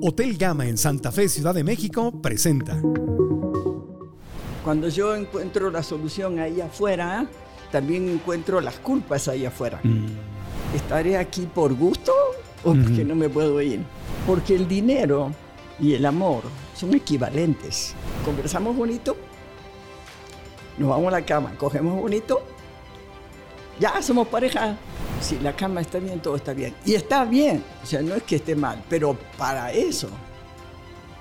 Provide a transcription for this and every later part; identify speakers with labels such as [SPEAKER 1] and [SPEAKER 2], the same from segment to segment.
[SPEAKER 1] Hotel Gama en Santa Fe, Ciudad de México, presenta.
[SPEAKER 2] Cuando yo encuentro la solución ahí afuera, también encuentro las culpas ahí afuera. ¿Estaré aquí por gusto o porque no me puedo ir? Porque el dinero y el amor son equivalentes. Conversamos bonito, nos vamos a la cama, cogemos bonito, ya somos pareja. Si la cama está bien, todo está bien. Y está bien, o sea, no es que esté mal, pero para eso,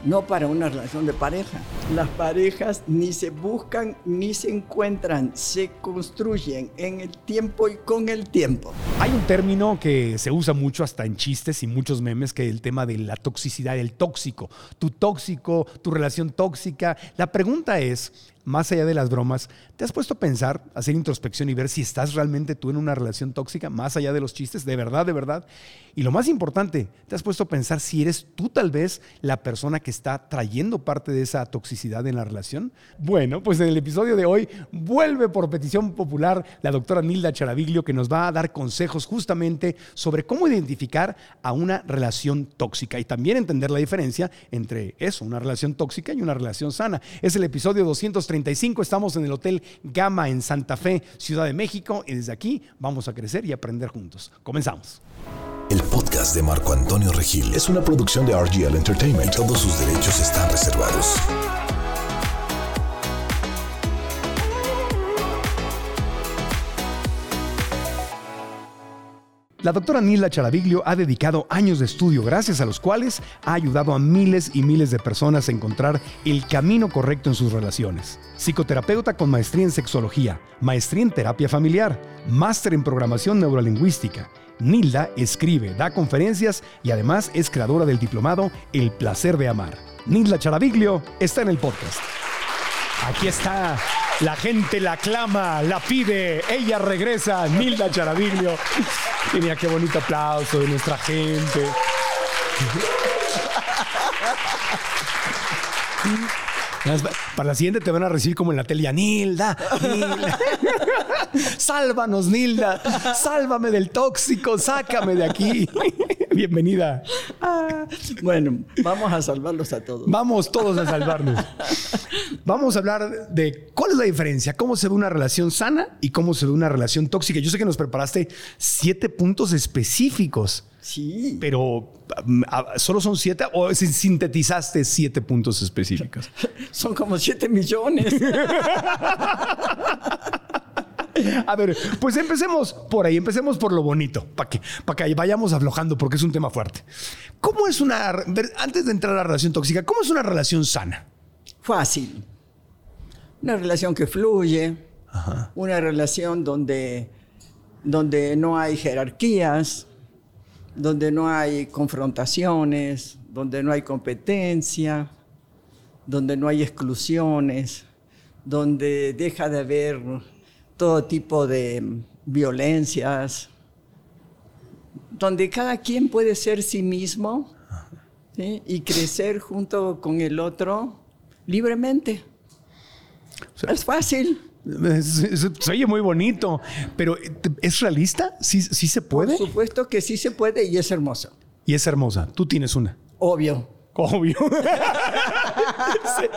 [SPEAKER 2] no para una relación de pareja. Las parejas ni se buscan ni se encuentran, se construyen en el tiempo y con el tiempo.
[SPEAKER 1] Hay un término que se usa mucho hasta en chistes y muchos memes, que es el tema de la toxicidad, el tóxico, tu tóxico, tu relación tóxica. La pregunta es, más allá de las bromas, ¿te has puesto a pensar, a hacer introspección y ver si estás realmente tú en una relación tóxica, más allá de los chistes, de verdad, de verdad? Y lo más importante, ¿te has puesto a pensar si eres tú tal vez la persona que está trayendo parte de esa toxicidad en la relación? Bueno, pues en el episodio de hoy vuelve por petición popular la doctora Nilda Charaviglio que nos va a dar consejos justamente sobre cómo identificar a una relación tóxica y también entender la diferencia entre eso, una relación tóxica y una relación sana. Es el episodio 230 Estamos en el Hotel Gama en Santa Fe, Ciudad de México, y desde aquí vamos a crecer y aprender juntos. Comenzamos.
[SPEAKER 3] El podcast de Marco Antonio Regil es una producción de RGL Entertainment. y Todos sus derechos están reservados.
[SPEAKER 1] La doctora Nila Charaviglio ha dedicado años de estudio, gracias a los cuales ha ayudado a miles y miles de personas a encontrar el camino correcto en sus relaciones. Psicoterapeuta con maestría en sexología, maestría en terapia familiar, máster en programación neurolingüística. Nilda escribe, da conferencias y además es creadora del diplomado El placer de amar. Nilda Charaviglio está en el podcast. Aquí está. La gente la clama, la pide, ella regresa, Nilda Charaviglio. Y mira qué bonito aplauso de nuestra gente. Para la siguiente te van a recibir como en la tele, ya, Nilda, Nilda. Sálvanos, Nilda. Sálvame del tóxico, sácame de aquí. Bienvenida.
[SPEAKER 2] Ah, bueno, vamos a salvarlos a todos.
[SPEAKER 1] Vamos todos a salvarnos. Vamos a hablar de cuál es la diferencia, cómo se ve una relación sana y cómo se ve una relación tóxica. Yo sé que nos preparaste siete puntos específicos,
[SPEAKER 2] Sí.
[SPEAKER 1] pero ah, solo son siete o si- sintetizaste siete puntos específicos.
[SPEAKER 2] Son como 7 millones.
[SPEAKER 1] A ver, pues empecemos por ahí, empecemos por lo bonito, para que, pa' que vayamos aflojando, porque es un tema fuerte. ¿Cómo es una, ver, antes de entrar a la relación tóxica, cómo es una relación sana?
[SPEAKER 2] Fácil. Una relación que fluye,
[SPEAKER 1] Ajá.
[SPEAKER 2] una relación donde, donde no hay jerarquías, donde no hay confrontaciones, donde no hay competencia, donde no hay exclusiones, donde deja de haber todo tipo de mm, violencias, donde cada quien puede ser sí mismo ¿sí? y crecer junto con el otro libremente.
[SPEAKER 1] O sea,
[SPEAKER 2] Es fácil.
[SPEAKER 1] Se, se- se oye muy bonito, pero eh, ¿es realista? ¿Sí, sí se puede?
[SPEAKER 2] Por supuesto que sí se puede y es hermoso.
[SPEAKER 1] Y es hermosa. Tú tienes una.
[SPEAKER 2] Obvio.
[SPEAKER 1] Obvio.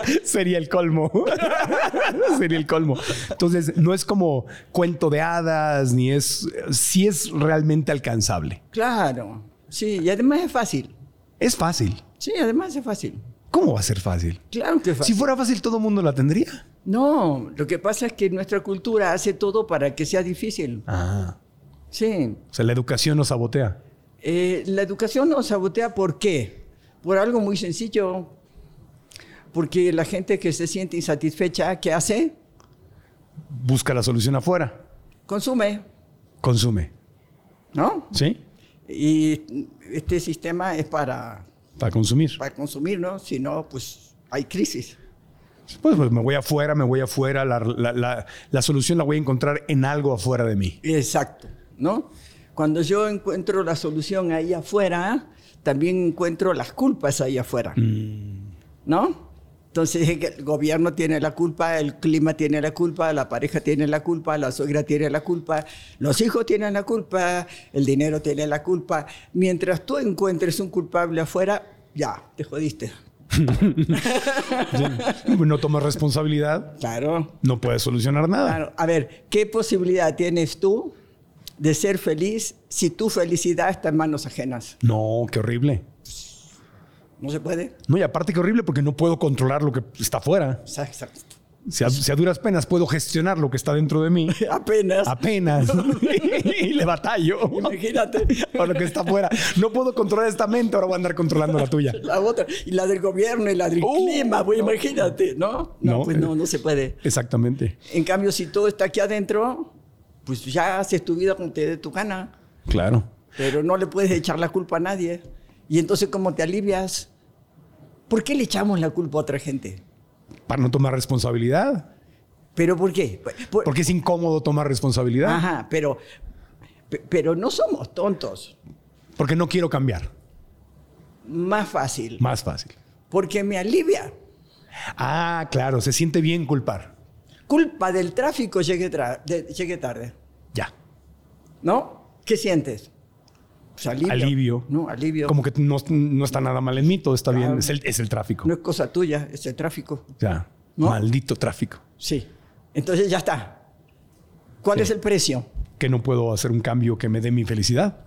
[SPEAKER 1] Se- Sería el colmo. Sería el colmo. Entonces, no es como cuento de hadas, ni es... Sí es realmente alcanzable.
[SPEAKER 2] Claro. Sí, y además es fácil.
[SPEAKER 1] Es fácil.
[SPEAKER 2] Sí, además es fácil.
[SPEAKER 1] ¿Cómo va a ser fácil?
[SPEAKER 2] Claro que es
[SPEAKER 1] Si
[SPEAKER 2] fácil.
[SPEAKER 1] fuera fácil, todo el mundo la tendría.
[SPEAKER 2] No, lo que pasa es que nuestra cultura hace todo para que sea difícil.
[SPEAKER 1] Ah.
[SPEAKER 2] Sí.
[SPEAKER 1] O sea, la educación nos sabotea.
[SPEAKER 2] Eh, la educación nos sabotea ¿por qué? Por algo muy sencillo. Porque la gente que se siente insatisfecha, ¿qué hace?
[SPEAKER 1] Busca la solución afuera.
[SPEAKER 2] Consume,
[SPEAKER 1] Consume.
[SPEAKER 2] ¿no?
[SPEAKER 1] ¿Sí?
[SPEAKER 2] Y este sistema es para,
[SPEAKER 1] Para consumir.
[SPEAKER 2] para consumir, ¿no? Si no, pues hay crisis.
[SPEAKER 1] Pues, pues, me voy afuera, me voy afuera, la, la- la- la solución la voy a encontrar en algo afuera de mí.
[SPEAKER 2] Exacto, ¿no? Cuando yo encuentro la solución ahí Mm. afuera, también encuentro las culpas ahí afuera, ¿no? Entonces el gobierno tiene la culpa, el clima tiene la culpa, la pareja tiene la culpa, la suegra tiene la culpa, los hijos tienen la culpa, el dinero tiene la culpa. Mientras tú encuentres un culpable afuera, ya, te jodiste.
[SPEAKER 1] pues, no tomas responsabilidad,
[SPEAKER 2] Claro,
[SPEAKER 1] no puedes solucionar nada.
[SPEAKER 2] claro. A ver, ¿qué posibilidad tienes tú de ser feliz si tu felicidad está en manos ajenas?
[SPEAKER 1] No, qué horrible.
[SPEAKER 2] No se puede.
[SPEAKER 1] No, y aparte qué horrible porque no puedo controlar lo que está afuera.
[SPEAKER 2] O sea, exacto.
[SPEAKER 1] Si a, si a duras penas puedo gestionar lo que está dentro de mí,
[SPEAKER 2] Apenas.
[SPEAKER 1] apenas. y le batallo
[SPEAKER 2] Imagínate.
[SPEAKER 1] a lo que está afuera. No puedo controlar esta mente, ahora voy a andar controlando la tuya.
[SPEAKER 2] La otra, y la del gobierno y la del
[SPEAKER 1] Uh,
[SPEAKER 2] clima, pues imagínate, ¿no? No,
[SPEAKER 1] No, eh.
[SPEAKER 2] pues no, no se puede.
[SPEAKER 1] Exactamente.
[SPEAKER 2] En cambio, si todo está aquí adentro, pues ya haces tu vida como te dé tu gana,
[SPEAKER 1] Claro.
[SPEAKER 2] pero no le puedes echar la culpa a nadie. Y entonces, ¿cómo te alivias? ¿Por qué le echamos la culpa a otra gente?
[SPEAKER 1] Para no tomar responsabilidad.
[SPEAKER 2] ¿Pero por qué? Por- por-
[SPEAKER 1] Porque es incómodo tomar responsabilidad.
[SPEAKER 2] Ajá, pero, pe- pero no somos tontos.
[SPEAKER 1] Porque no quiero cambiar.
[SPEAKER 2] Más fácil,
[SPEAKER 1] Más fácil.
[SPEAKER 2] porque me alivia.
[SPEAKER 1] Ah, claro, se siente bien culpar.
[SPEAKER 2] Culpa del tráfico llegué, tra- de- llegué tarde.
[SPEAKER 1] Ya.
[SPEAKER 2] ¿No? ¿Qué sientes? Pues alivio.
[SPEAKER 1] Alivio.
[SPEAKER 2] No, alivio.
[SPEAKER 1] Como que no, no está nada mal en mí, todo está bien.
[SPEAKER 2] Claro.
[SPEAKER 1] Es el, es el tráfico.
[SPEAKER 2] No es cosa tuya, es el tráfico.
[SPEAKER 1] Ya.
[SPEAKER 2] ¿No?
[SPEAKER 1] Maldito tráfico.
[SPEAKER 2] Sí. Entonces ya está. ¿Cuál
[SPEAKER 1] Sí.
[SPEAKER 2] es el precio?
[SPEAKER 1] Que no puedo hacer un cambio que me dé mi felicidad.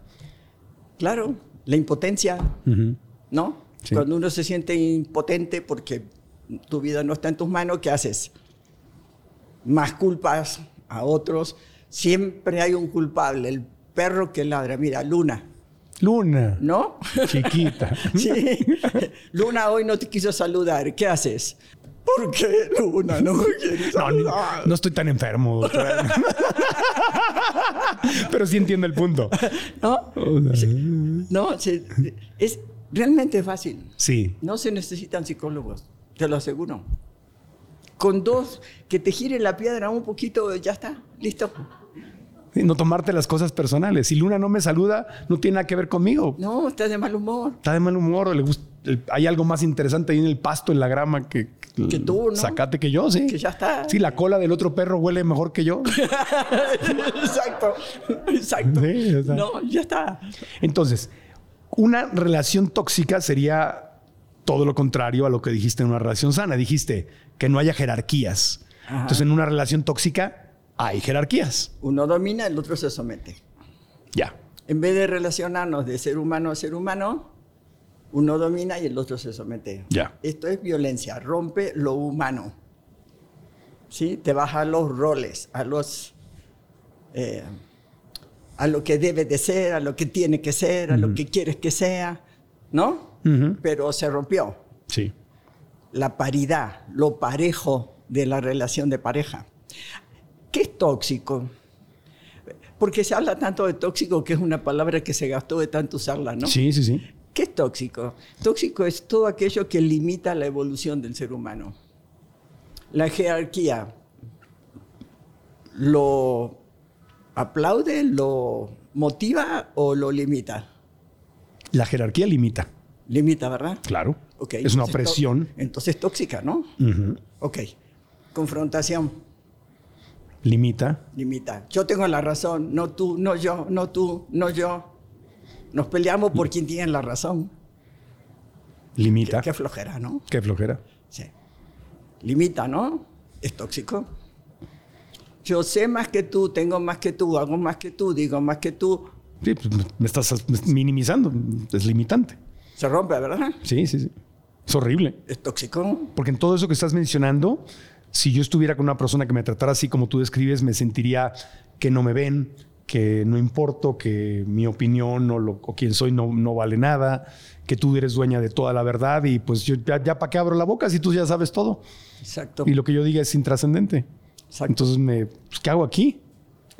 [SPEAKER 2] Claro, la impotencia,
[SPEAKER 1] Ujú.
[SPEAKER 2] ¿no?
[SPEAKER 1] Sí.
[SPEAKER 2] Cuando uno se siente impotente porque tu vida no está en tus manos, ¿qué haces? Más culpas a otros. Siempre hay un culpable, el perro que ladra. Mira, Luna,
[SPEAKER 1] Luna.
[SPEAKER 2] ¿no?
[SPEAKER 1] Chiquita.
[SPEAKER 2] Sí. Luna hoy no te quiso saludar. ¿Qué haces? ¿Por qué Luna no me quiere
[SPEAKER 1] No, ni-
[SPEAKER 2] saludar?
[SPEAKER 1] no estoy tan enfermo. doctora. Pero sí entiendo el punto.
[SPEAKER 2] ¿No? No, se- es realmente fácil.
[SPEAKER 1] Sí.
[SPEAKER 2] No se necesitan psicólogos, te lo aseguro. Con dos, que te gire la piedra un poquito, ya está, listo.
[SPEAKER 1] Sí, No tomarte las cosas personales. Si Luna no me saluda, no tiene nada que ver conmigo.
[SPEAKER 2] No, estás de mal humor.
[SPEAKER 1] Está de mal humor. o Le gust- el- hay algo más interesante ahí en el pasto, en la grama, que,
[SPEAKER 2] Que tú, ¿no?
[SPEAKER 1] Sacate que yo, sí.
[SPEAKER 2] Que ya está.
[SPEAKER 1] Sí, la cola del otro perro huele mejor que yo.
[SPEAKER 2] exacto, exacto.
[SPEAKER 1] Sí, o sea.
[SPEAKER 2] No, ya está.
[SPEAKER 1] Entonces, una relación tóxica sería todo lo contrario a lo que dijiste en una relación sana. Dijiste que no haya jerarquías.
[SPEAKER 2] Ajá.
[SPEAKER 1] Entonces, en una relación tóxica hay jerarquías.
[SPEAKER 2] Uno domina, el otro se somete.
[SPEAKER 1] Ya.
[SPEAKER 2] En vez de relacionarnos de ser humano a ser humano, uno domina y el otro se somete.
[SPEAKER 1] Ya.
[SPEAKER 2] Esto es violencia, rompe lo humano. ¿Sí? Te vas a los roles, a los eh, a lo que debe de ser, a lo que tiene que ser, a lo que quieres que sea, ¿no?
[SPEAKER 1] Ujú.
[SPEAKER 2] Pero se rompió
[SPEAKER 1] Sí.
[SPEAKER 2] la paridad, lo parejo de la relación de pareja. ¿Qué es tóxico? Porque se habla tanto de tóxico que es una palabra que se gastó de tanto usarla, ¿no?
[SPEAKER 1] Sí, sí, sí.
[SPEAKER 2] ¿Qué es tóxico? Tóxico es todo aquello que limita la evolución del ser humano. La jerarquía lo aplaude, lo motiva o lo limita.
[SPEAKER 1] La jerarquía limita.
[SPEAKER 2] Limita, ¿verdad?
[SPEAKER 1] Claro.
[SPEAKER 2] Ok,
[SPEAKER 1] es una
[SPEAKER 2] entonces to-
[SPEAKER 1] opresión.
[SPEAKER 2] Entonces tóxica, ¿no?
[SPEAKER 1] Ujú.
[SPEAKER 2] Ok. Confrontación.
[SPEAKER 1] Limita.
[SPEAKER 2] limita. Yo tengo la razón, no tú, no yo, no tú, no yo. Nos peleamos por quien tiene la razón. Qué,
[SPEAKER 1] Limita.
[SPEAKER 2] qué flojera, ¿no?
[SPEAKER 1] Qué flojera.
[SPEAKER 2] Sí. Limita, ¿no? Es tóxico. Yo sé más que tú, tengo más que tú, hago más que tú, digo más que tú.
[SPEAKER 1] Sí, pues, me estás minimizando. Es limitante.
[SPEAKER 2] Se rompe, ¿verdad?
[SPEAKER 1] Sí, sí, sí. Es horrible.
[SPEAKER 2] Es tóxico.
[SPEAKER 1] Porque en todo eso que estás mencionando, si yo estuviera con una persona que me tratara así como tú describes, me sentiría que no me ven, que no importo, que mi opinión o, lo, o quién soy no, no vale nada, que tú eres dueña de toda la verdad y pues yo ya, para qué abro la boca si tú ya sabes todo
[SPEAKER 2] Exacto.
[SPEAKER 1] y lo que yo diga es intrascendente.
[SPEAKER 2] Exacto.
[SPEAKER 1] Entonces, me, pues, ¿qué hago aquí?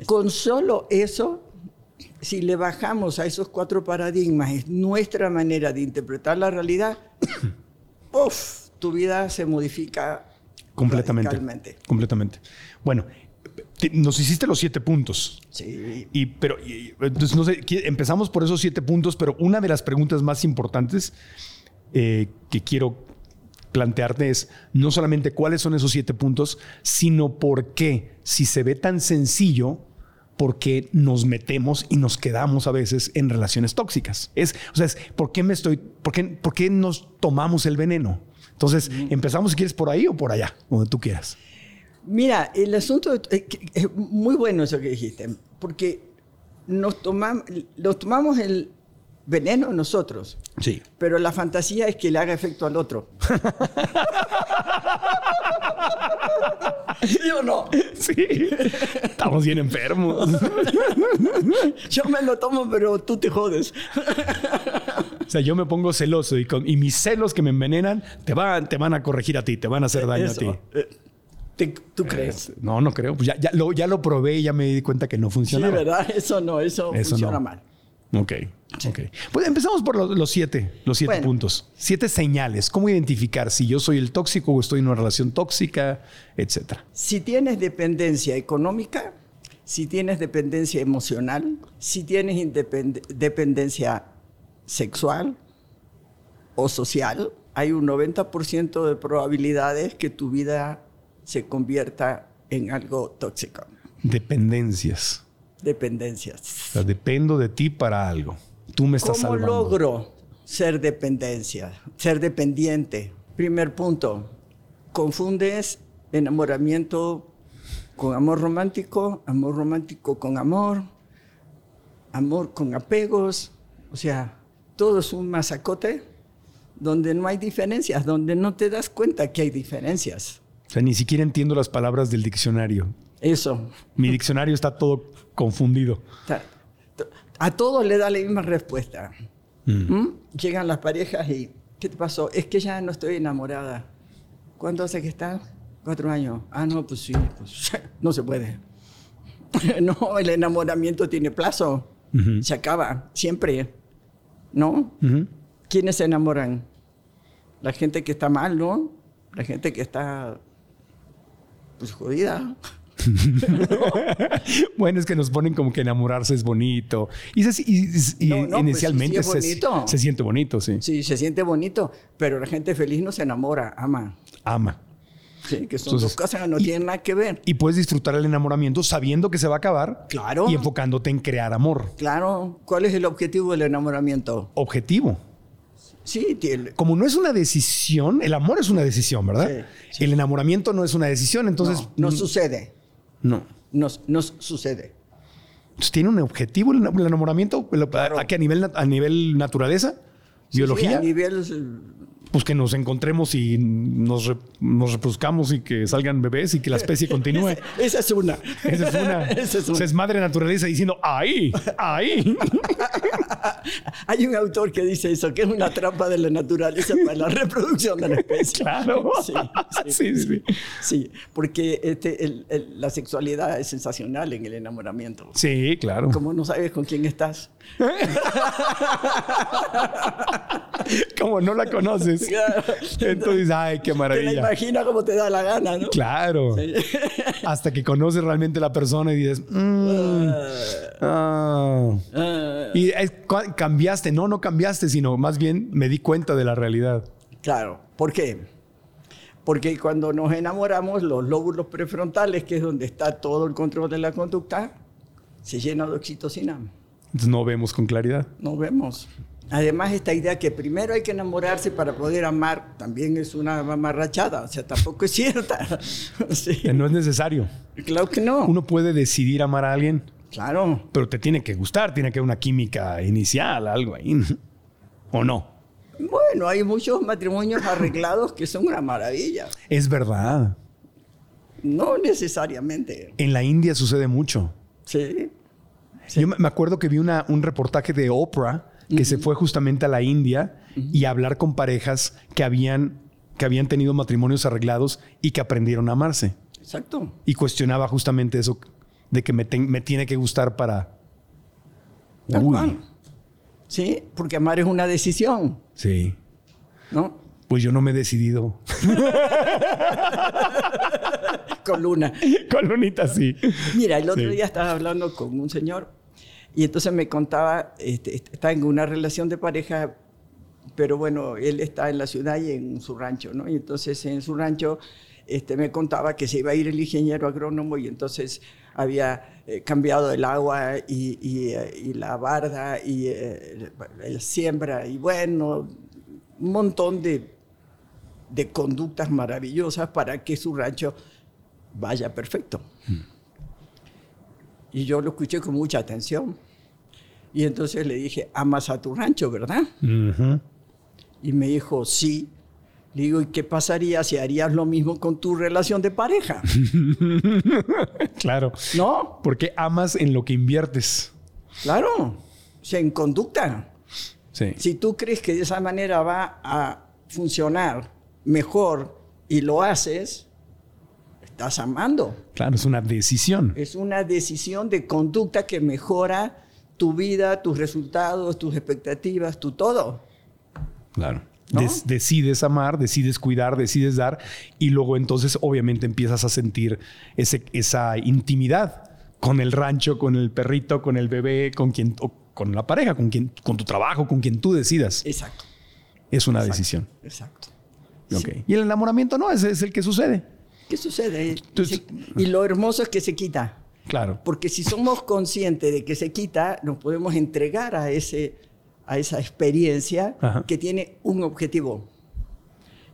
[SPEAKER 2] Con solo eso, si le bajamos a esos cuatro paradigmas, es nuestra manera de interpretar la realidad, ¡puf! Tu vida se modifica
[SPEAKER 1] Completamente.
[SPEAKER 2] radicalmente.
[SPEAKER 1] Completamente. Bueno, te- nos hiciste los siete puntos.
[SPEAKER 2] Sí.
[SPEAKER 1] Y, pero, y- y- entonces, no sé, qui- empezamos por esos siete puntos, pero una de las preguntas más importantes eh, que quiero plantearte es no solamente cuáles son esos siete puntos, sino por qué, si se ve tan sencillo, por qué nos metemos y nos quedamos a veces en relaciones tóxicas. Es, o sea, es, ¿por qué me estoy, por qué, por qué nos tomamos el veneno? Entonces, empezamos si quieres por ahí o por allá, donde tú quieras.
[SPEAKER 2] Mira, el asunto es muy bueno eso que dijiste, porque nos, tomamos, nos tomamos el veneno nosotros.
[SPEAKER 1] Sí.
[SPEAKER 2] Pero la fantasía es que le haga efecto al otro. ¿Sí o no?
[SPEAKER 1] Sí. Estamos bien enfermos.
[SPEAKER 2] Yo me lo tomo, pero tú te jodes.
[SPEAKER 1] O sea, yo me pongo celoso y, con, y mis celos que me envenenan te van, te van a corregir a ti, te van a hacer daño Eso. a ti.
[SPEAKER 2] eh, ¿Tú crees? Eh,
[SPEAKER 1] no, no creo. Pues ya, ya, lo, ya lo probé y ya me di cuenta que no funciona.
[SPEAKER 2] Sí, ¿verdad? Eso no, eso, eso funciona no. mal.
[SPEAKER 1] Ok, sí. ok. Pues empezamos por los, los siete, los siete bueno. puntos. Siete señales. ¿Cómo identificar si yo soy el tóxico o estoy en una relación tóxica, etcétera?
[SPEAKER 2] Si tienes dependencia económica, si tienes dependencia emocional, si tienes dependencia sexual o social, hay un 90% de probabilidades que tu vida se convierta en algo tóxico.
[SPEAKER 1] Dependencias.
[SPEAKER 2] Dependencias.
[SPEAKER 1] O sea, dependo de ti para algo. Tú me estás
[SPEAKER 2] ¿Cómo
[SPEAKER 1] salvando.
[SPEAKER 2] ¿Cómo logro ser dependencia? Ser dependiente. Primer punto. Confundes enamoramiento con amor romántico, amor romántico con amor, amor con apegos. O sea, todo es un masacote donde no hay diferencias, donde no te das cuenta que hay diferencias.
[SPEAKER 1] O sea, ni siquiera entiendo las palabras del diccionario.
[SPEAKER 2] Eso.
[SPEAKER 1] Mi diccionario está todo confundido.
[SPEAKER 2] A todos le da la misma respuesta. Mm. ¿Mm? Llegan las parejas y, ¿qué te pasó? Es que ya no estoy enamorada. ¿Cuánto hace que está? Cuatro años. Ah, no, pues sí, pues, no se puede. no, el enamoramiento tiene plazo. Uh -huh. Se acaba, siempre. ¿No? Uh -huh. ¿Quiénes se enamoran? La gente que está mal, ¿no? La gente que está pues jodida.
[SPEAKER 1] bueno, es que nos ponen como que enamorarse es bonito. Y, se, y, y no, no, inicialmente pues sí, sí bonito. Se, se, siente bonito, sí.
[SPEAKER 2] Sí, se siente bonito, pero la gente feliz no se enamora, ama.
[SPEAKER 1] Ama.
[SPEAKER 2] Sí, que son Entonces, dos cosas que no y, tienen nada que ver.
[SPEAKER 1] Y puedes disfrutar el enamoramiento sabiendo que se va a acabar.
[SPEAKER 2] Claro.
[SPEAKER 1] Y enfocándote en crear amor.
[SPEAKER 2] Claro. ¿Cuál es el objetivo del enamoramiento?
[SPEAKER 1] Objetivo.
[SPEAKER 2] Sí, tiene.
[SPEAKER 1] Como no es una decisión, el amor es una decisión, ¿verdad? Sí, sí. El enamoramiento no es una decisión, entonces. mm,
[SPEAKER 2] No, no sucede.
[SPEAKER 1] No.
[SPEAKER 2] No, no sucede.
[SPEAKER 1] Entonces, ¿Tiene un objetivo el enamoramiento? Claro. ¿A, qué? ¿A nivel, a nivel naturaleza? Sí, ¿Biología?
[SPEAKER 2] a nivel.
[SPEAKER 1] Pues que nos encontremos y nos, re, nos, reproduzcamos y que salgan bebés y que la especie continúe.
[SPEAKER 2] esa, esa, es una.
[SPEAKER 1] Esa es una. esa es, una. O sea, es madre naturaleza diciendo, ahí, ahí.
[SPEAKER 2] Hay un autor que dice eso, que es una trampa de la naturaleza para la reproducción de la especie.
[SPEAKER 1] Claro. Sí, sí, sí.
[SPEAKER 2] sí. sí porque este, el, el, la sexualidad es sensacional en el enamoramiento.
[SPEAKER 1] Sí, claro.
[SPEAKER 2] Como no sabes con quién estás.
[SPEAKER 1] como no la conoces. Claro. Entonces, ay, qué maravilla.
[SPEAKER 2] Te la imaginas como te da la gana, ¿no?
[SPEAKER 1] Claro. Sí. Hasta que conoces realmente la persona y dices, mm, oh.
[SPEAKER 2] Ah,
[SPEAKER 1] y es, cambiaste, no, no cambiaste, sino más bien me di cuenta de la realidad.
[SPEAKER 2] Claro, ¿por qué? Porque cuando nos enamoramos, los lóbulos prefrontales, que es donde está todo el control de la conducta, se llenan de oxitocina.
[SPEAKER 1] Entonces no vemos con claridad.
[SPEAKER 2] No vemos. Además, esta idea que primero hay que enamorarse para poder amar también es una amarrachada, o sea, tampoco es cierta.
[SPEAKER 1] Sí. No es necesario.
[SPEAKER 2] Claro que no.
[SPEAKER 1] Uno puede decidir amar a alguien.
[SPEAKER 2] Claro.
[SPEAKER 1] Pero te tiene que gustar, tiene que haber una química inicial, algo ahí. ¿O no?
[SPEAKER 2] Bueno, hay muchos matrimonios arreglados que son una maravilla.
[SPEAKER 1] Es verdad.
[SPEAKER 2] No necesariamente.
[SPEAKER 1] En la India sucede mucho.
[SPEAKER 2] Sí.
[SPEAKER 1] sí. Yo me acuerdo que vi una, un reportaje de Oprah que uh -huh. se fue justamente a la India uh -huh. y a hablar con parejas que habían, que habían tenido matrimonios arreglados y que aprendieron a amarse.
[SPEAKER 2] Exacto.
[SPEAKER 1] Y cuestionaba justamente eso de que me, te, me tiene que gustar para...
[SPEAKER 2] Uy. Sí, porque amar es una decisión.
[SPEAKER 1] Sí.
[SPEAKER 2] ¿No?
[SPEAKER 1] Pues yo no me he decidido.
[SPEAKER 2] con Luna.
[SPEAKER 1] Con Lunita, sí.
[SPEAKER 2] Mira, el otro sí. día estaba hablando con un señor y entonces me contaba, este, está en una relación de pareja pero bueno, él está en la ciudad y en su rancho, ¿no? Y entonces en su rancho este, me contaba que se iba a ir el ingeniero agrónomo y entonces había eh, cambiado el agua y, y, eh, y la barda y eh, el- la siembra y bueno, un montón de, de conductas maravillosas para que su rancho vaya perfecto. Y yo lo escuché con mucha atención. Y entonces le dije, amas a tu rancho, ¿verdad?
[SPEAKER 1] Ujú.
[SPEAKER 2] Y me dijo, sí. Le digo, ¿y qué pasaría si harías lo mismo con tu relación de pareja?
[SPEAKER 1] Claro.
[SPEAKER 2] ¿No?
[SPEAKER 1] Porque amas en lo que inviertes.
[SPEAKER 2] Claro, se en conducta.
[SPEAKER 1] Sí.
[SPEAKER 2] Si tú crees que de esa manera va a funcionar mejor y lo haces, estás amando.
[SPEAKER 1] Claro, es una decisión.
[SPEAKER 2] Es una decisión de conducta que mejora tu vida, tus resultados, tus expectativas, tu todo.
[SPEAKER 1] Claro.
[SPEAKER 2] ¿No?
[SPEAKER 1] Des- decides amar, decides cuidar, decides dar y luego entonces obviamente empiezas a sentir ese, esa intimidad con el rancho, con el perrito, con el bebé, con quien o con la pareja, con quien con tu trabajo, con quien tú decidas.
[SPEAKER 2] Exacto,
[SPEAKER 1] Es una decisión.
[SPEAKER 2] Eh, exacto.
[SPEAKER 1] Ok.
[SPEAKER 2] Sí.
[SPEAKER 1] Y el enamoramiento no, ese es el que sucede.
[SPEAKER 2] ¿Qué sucede?
[SPEAKER 1] Tú-
[SPEAKER 2] Se- y lo hermoso es que se quita.
[SPEAKER 1] Claro.
[SPEAKER 2] Porque si somos conscientes de que se quita, nos podemos entregar a, ese, a esa experiencia
[SPEAKER 1] Ajá.
[SPEAKER 2] que tiene un objetivo.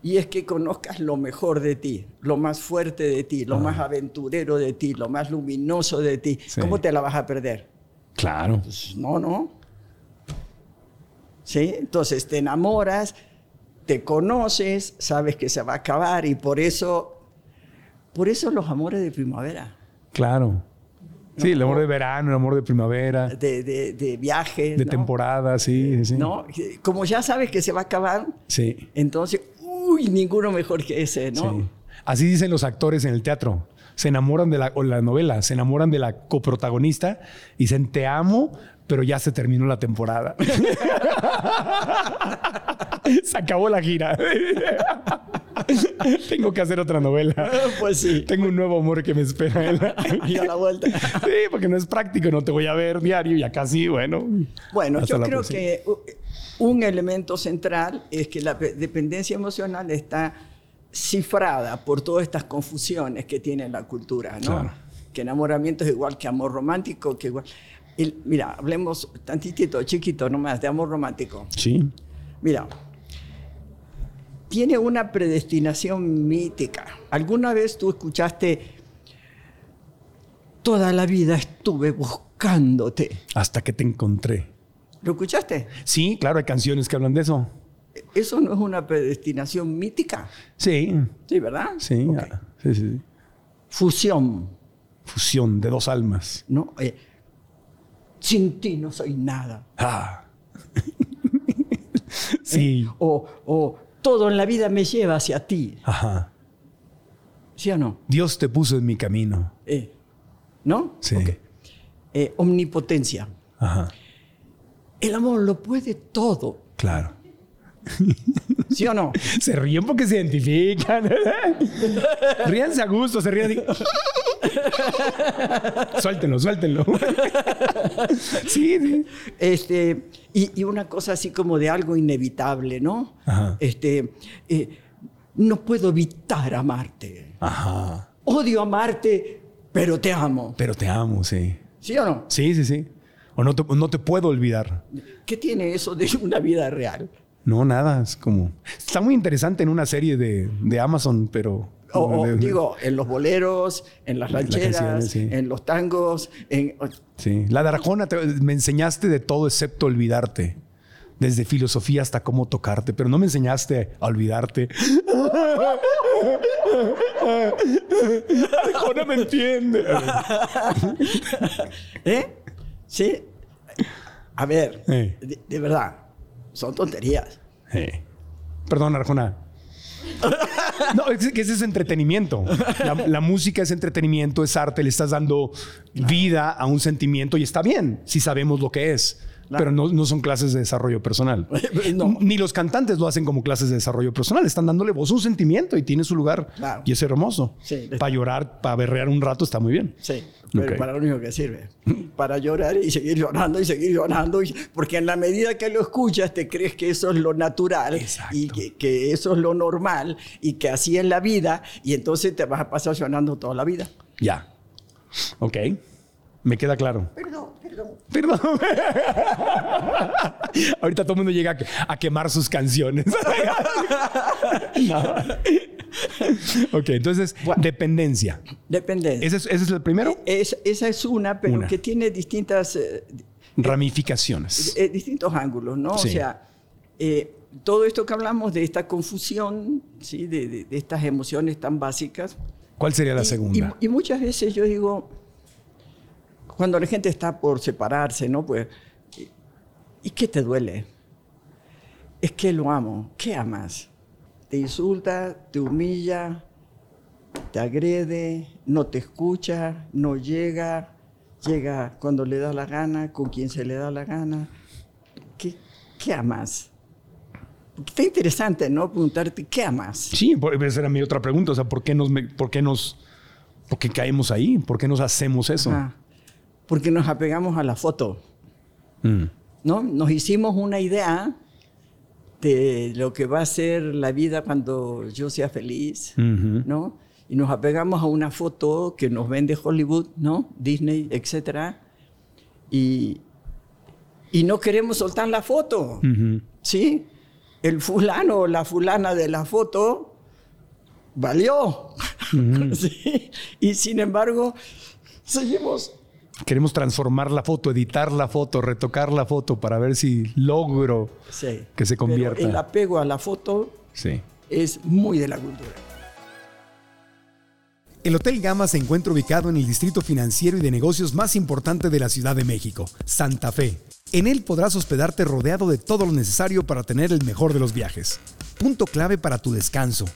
[SPEAKER 2] Y es que conozcas lo mejor de ti, lo más fuerte de ti, lo más aventurero de ti, lo más luminoso de ti.
[SPEAKER 1] Ah. Sí.
[SPEAKER 2] ¿Cómo te la vas a perder?
[SPEAKER 1] Claro.
[SPEAKER 2] Pues, no, no. ¿Sí? Entonces te enamoras, te conoces, sabes que se va a acabar y por eso, por eso los amores de primavera.
[SPEAKER 1] Claro. Sí, el amor de verano, el amor de primavera,
[SPEAKER 2] de, de, de viajes.
[SPEAKER 1] de
[SPEAKER 2] Eh, ¿no?
[SPEAKER 1] temporada, sí, sí, sí.
[SPEAKER 2] ¿No? Como ya sabes que se va a acabar,
[SPEAKER 1] Sí.
[SPEAKER 2] entonces, uy, ninguno mejor que ese, ¿no?
[SPEAKER 1] Sí. Así dicen los actores en el teatro. Se enamoran de la, o la novela, se enamoran de la coprotagonista y dicen, te amo, pero ya se terminó la temporada. se acabó la gira. Tengo que hacer otra novela.
[SPEAKER 2] Pues sí,
[SPEAKER 1] Tengo un nuevo amor que me espera. en la-
[SPEAKER 2] ya la vuelta.
[SPEAKER 1] sí, porque no es práctico, no te voy a ver diario y acá sí, bueno.
[SPEAKER 2] Bueno,
[SPEAKER 1] Hasta
[SPEAKER 2] yo
[SPEAKER 1] la
[SPEAKER 2] creo
[SPEAKER 1] próxima.
[SPEAKER 2] que u- un elemento central es que la pe- dependencia emocional está cifrada por todas estas confusiones que tiene la cultura, ¿no?
[SPEAKER 1] Claro.
[SPEAKER 2] Que enamoramiento es igual que amor romántico, que igual... El- mira, hablemos tantitito, chiquito nomás, de amor romántico.
[SPEAKER 1] Sí.
[SPEAKER 2] Mira, tiene una predestinación mítica. ¿Alguna vez tú escuchaste, toda la vida estuve buscándote?
[SPEAKER 1] Hasta que te encontré.
[SPEAKER 2] ¿Lo escuchaste?
[SPEAKER 1] Sí, claro, hay canciones que hablan de eso.
[SPEAKER 2] Eso no es una predestinación mítica,
[SPEAKER 1] Sí,
[SPEAKER 2] ¿sí, verdad?
[SPEAKER 1] sí,
[SPEAKER 2] Ok.
[SPEAKER 1] ah, sí, sí, sí.
[SPEAKER 2] Fusión,
[SPEAKER 1] Fusión de dos almas.
[SPEAKER 2] ¿no? Eh, sin ti no soy nada.
[SPEAKER 1] Ah. sí.
[SPEAKER 2] O, o todo en la vida me lleva hacia ti,
[SPEAKER 1] Ajá.
[SPEAKER 2] ¿sí o no?
[SPEAKER 1] Dios te puso en mi camino.
[SPEAKER 2] Eh, ¿No?
[SPEAKER 1] Sí.
[SPEAKER 2] Ok. Eh, omnipotencia.
[SPEAKER 1] Ajá.
[SPEAKER 2] El amor lo puede todo,
[SPEAKER 1] Claro.
[SPEAKER 2] ¿sí o no?
[SPEAKER 1] Se ríen porque se identifican. Ríanse a gusto, se ríen. así. suéltenlo, suéltenlo. sí, sí.
[SPEAKER 2] Este, y, y una cosa así como de algo inevitable, ¿no?
[SPEAKER 1] Ajá.
[SPEAKER 2] Este, eh, no puedo evitar amarte.
[SPEAKER 1] Ajá.
[SPEAKER 2] Odio amarte, pero te amo.
[SPEAKER 1] Pero te amo, sí.
[SPEAKER 2] ¿Sí o no?
[SPEAKER 1] Sí, sí, sí. O no te, no te puedo olvidar.
[SPEAKER 2] ¿Qué tiene eso de una vida real?
[SPEAKER 1] No, nada, es como... Está muy interesante en una serie de, de Amazon, pero...
[SPEAKER 2] O, o,
[SPEAKER 1] de-
[SPEAKER 2] digo, en los boleros, en las
[SPEAKER 1] Las
[SPEAKER 2] rancheras,
[SPEAKER 1] canciones, sí.
[SPEAKER 2] en los tangos, en...
[SPEAKER 1] Sí, la de Arjona, te- me enseñaste de todo excepto olvidarte. Desde filosofía hasta cómo tocarte, pero no me enseñaste a olvidarte. Arjona me entiende.
[SPEAKER 2] ¿Eh? ¿Sí? A ver,
[SPEAKER 1] Eh.
[SPEAKER 2] de- de verdad, son tonterías.
[SPEAKER 1] Eh, Perdón, Arjona. No, es que ese es entretenimiento. La, la música es entretenimiento, es arte, le estás dando vida a un sentimiento y está bien si sabemos lo que es.
[SPEAKER 2] La-
[SPEAKER 1] Pero no, no son clases de desarrollo personal.
[SPEAKER 2] No.
[SPEAKER 1] Ni los cantantes lo hacen como clases de desarrollo personal. Están dándole voz a un sentimiento y tiene su lugar.
[SPEAKER 2] Claro.
[SPEAKER 1] Y es hermoso.
[SPEAKER 2] Sí.
[SPEAKER 1] Para llorar, para berrear un rato está muy bien.
[SPEAKER 2] Sí, pero
[SPEAKER 1] Ok.
[SPEAKER 2] para lo único que sirve. Para llorar y seguir llorando y seguir llorando. y- porque en la medida que lo escuchas, te crees que eso es lo natural y que, que eso es lo normal y que así es la vida. Y entonces te vas a pasar llorando toda la vida.
[SPEAKER 1] Ya. Ok. Me queda claro.
[SPEAKER 2] Perdón, perdón.
[SPEAKER 1] Perdón. Ahorita todo el mundo llega a que- a quemar sus canciones. No. Ok, entonces, dependencia.
[SPEAKER 2] Depende.
[SPEAKER 1] Ese es, ese es el primero.
[SPEAKER 2] E, Es- esa es una, pero
[SPEAKER 1] Una.
[SPEAKER 2] que tiene distintas, eh,
[SPEAKER 1] Ramificaciones.
[SPEAKER 2] eh, distintos ángulos, ¿no?
[SPEAKER 1] Sí.
[SPEAKER 2] O sea, eh, todo esto que hablamos de esta confusión, ¿sí? de, de- de estas emociones tan básicas.
[SPEAKER 1] ¿Cuál sería la
[SPEAKER 2] eh, Y-
[SPEAKER 1] segunda?
[SPEAKER 2] Y, y muchas veces yo digo, cuando la gente está por separarse, ¿no? Pues, ¿y- ¿y qué te duele? Es que lo amo. ¿Qué amas? Te insulta, te humilla, te agrede, no te escucha, no llega, llega cuando le da la gana, con quien se le da la gana. ¿Qué, qué amas? Está interesante, ¿no? Preguntarte, ¿qué amas?
[SPEAKER 1] Sí, por- esa era mi otra pregunta. O sea, ¿por qué nos, me- por qué nos, por qué caemos ahí? ¿Por qué nos hacemos eso?
[SPEAKER 2] Ajá. Ah, Porque nos apegamos a la foto.
[SPEAKER 1] Mm.
[SPEAKER 2] ¿no? Nos hicimos una idea de lo que va a ser la vida cuando yo sea feliz,
[SPEAKER 1] Ujú.
[SPEAKER 2] ¿no? Y nos apegamos a una foto que nos vende Hollywood, ¿no? Disney, etcétera. Y, y no queremos soltar la foto,
[SPEAKER 1] Ujú.
[SPEAKER 2] ¿sí? El fulano o la fulana de la foto valió, ¿sí? Y sin embargo, seguimos
[SPEAKER 1] Queremos transformar la foto, editar la foto, retocar la foto para ver si logro
[SPEAKER 2] sí.
[SPEAKER 1] que se
[SPEAKER 2] Pero
[SPEAKER 1] convierta.
[SPEAKER 2] el apego a la foto
[SPEAKER 1] Sí.
[SPEAKER 2] es muy de la cultura.
[SPEAKER 1] El Hotel Gama se encuentra ubicado en el distrito financiero y de negocios más importante de la Ciudad de México, Santa Fe. En él podrás hospedarte rodeado de todo lo necesario para tener el mejor de los viajes. Punto clave para tu descanso.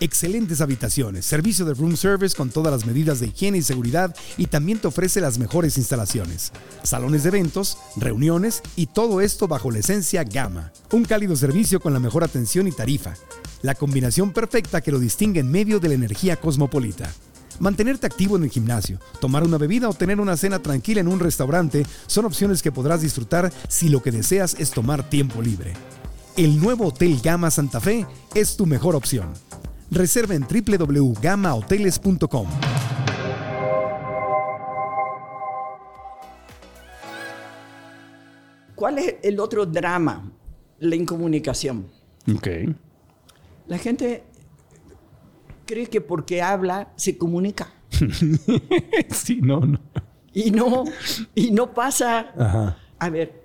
[SPEAKER 1] Excelentes habitaciones, servicio de room service con todas las medidas de higiene y seguridad y también te ofrece las mejores instalaciones. Salones de eventos, reuniones y todo esto bajo la esencia Gama. Un cálido servicio con la mejor atención y tarifa. La combinación perfecta que lo distingue en medio de la energía cosmopolita. Mantenerte activo en el gimnasio, tomar una bebida o tener una cena tranquila en un restaurante son opciones que podrás disfrutar si lo que deseas es tomar tiempo libre. El nuevo Hotel Gama Santa Fe es tu mejor opción. Reserva en www.gamahoteles.com.
[SPEAKER 2] ¿Cuál es el otro drama? La incomunicación.
[SPEAKER 1] Ok.
[SPEAKER 2] La gente cree que porque habla se comunica.
[SPEAKER 1] sí, no, no.
[SPEAKER 2] Y no, y no pasa.
[SPEAKER 1] Ajá.
[SPEAKER 2] A ver,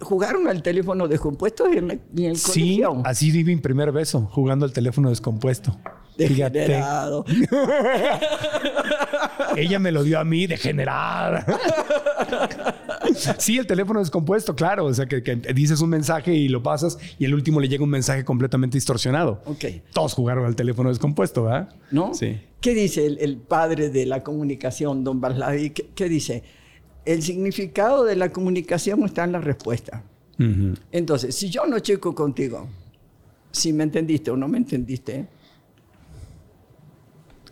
[SPEAKER 2] jugaron al teléfono descompuesto en, la- en el
[SPEAKER 1] Sí,
[SPEAKER 2] colegio.
[SPEAKER 1] así viví mi primer beso, jugando al teléfono descompuesto. Fíjate,
[SPEAKER 2] Degenerado.
[SPEAKER 1] ella me lo dio a mí, degenerada. Sí, el teléfono descompuesto, claro. O sea, que, que dices un mensaje y lo pasas y el último le llega un mensaje completamente distorsionado.
[SPEAKER 2] Ok.
[SPEAKER 1] Todos jugaron al teléfono descompuesto, ¿verdad?
[SPEAKER 2] ¿No?
[SPEAKER 1] Sí.
[SPEAKER 2] ¿Qué dice el, el padre de la comunicación, don Barlavi? ¿Qué, qué dice? El significado de la comunicación está en la respuesta.
[SPEAKER 1] Ujú.
[SPEAKER 2] Entonces, si yo no checo contigo, si me entendiste o no me entendiste,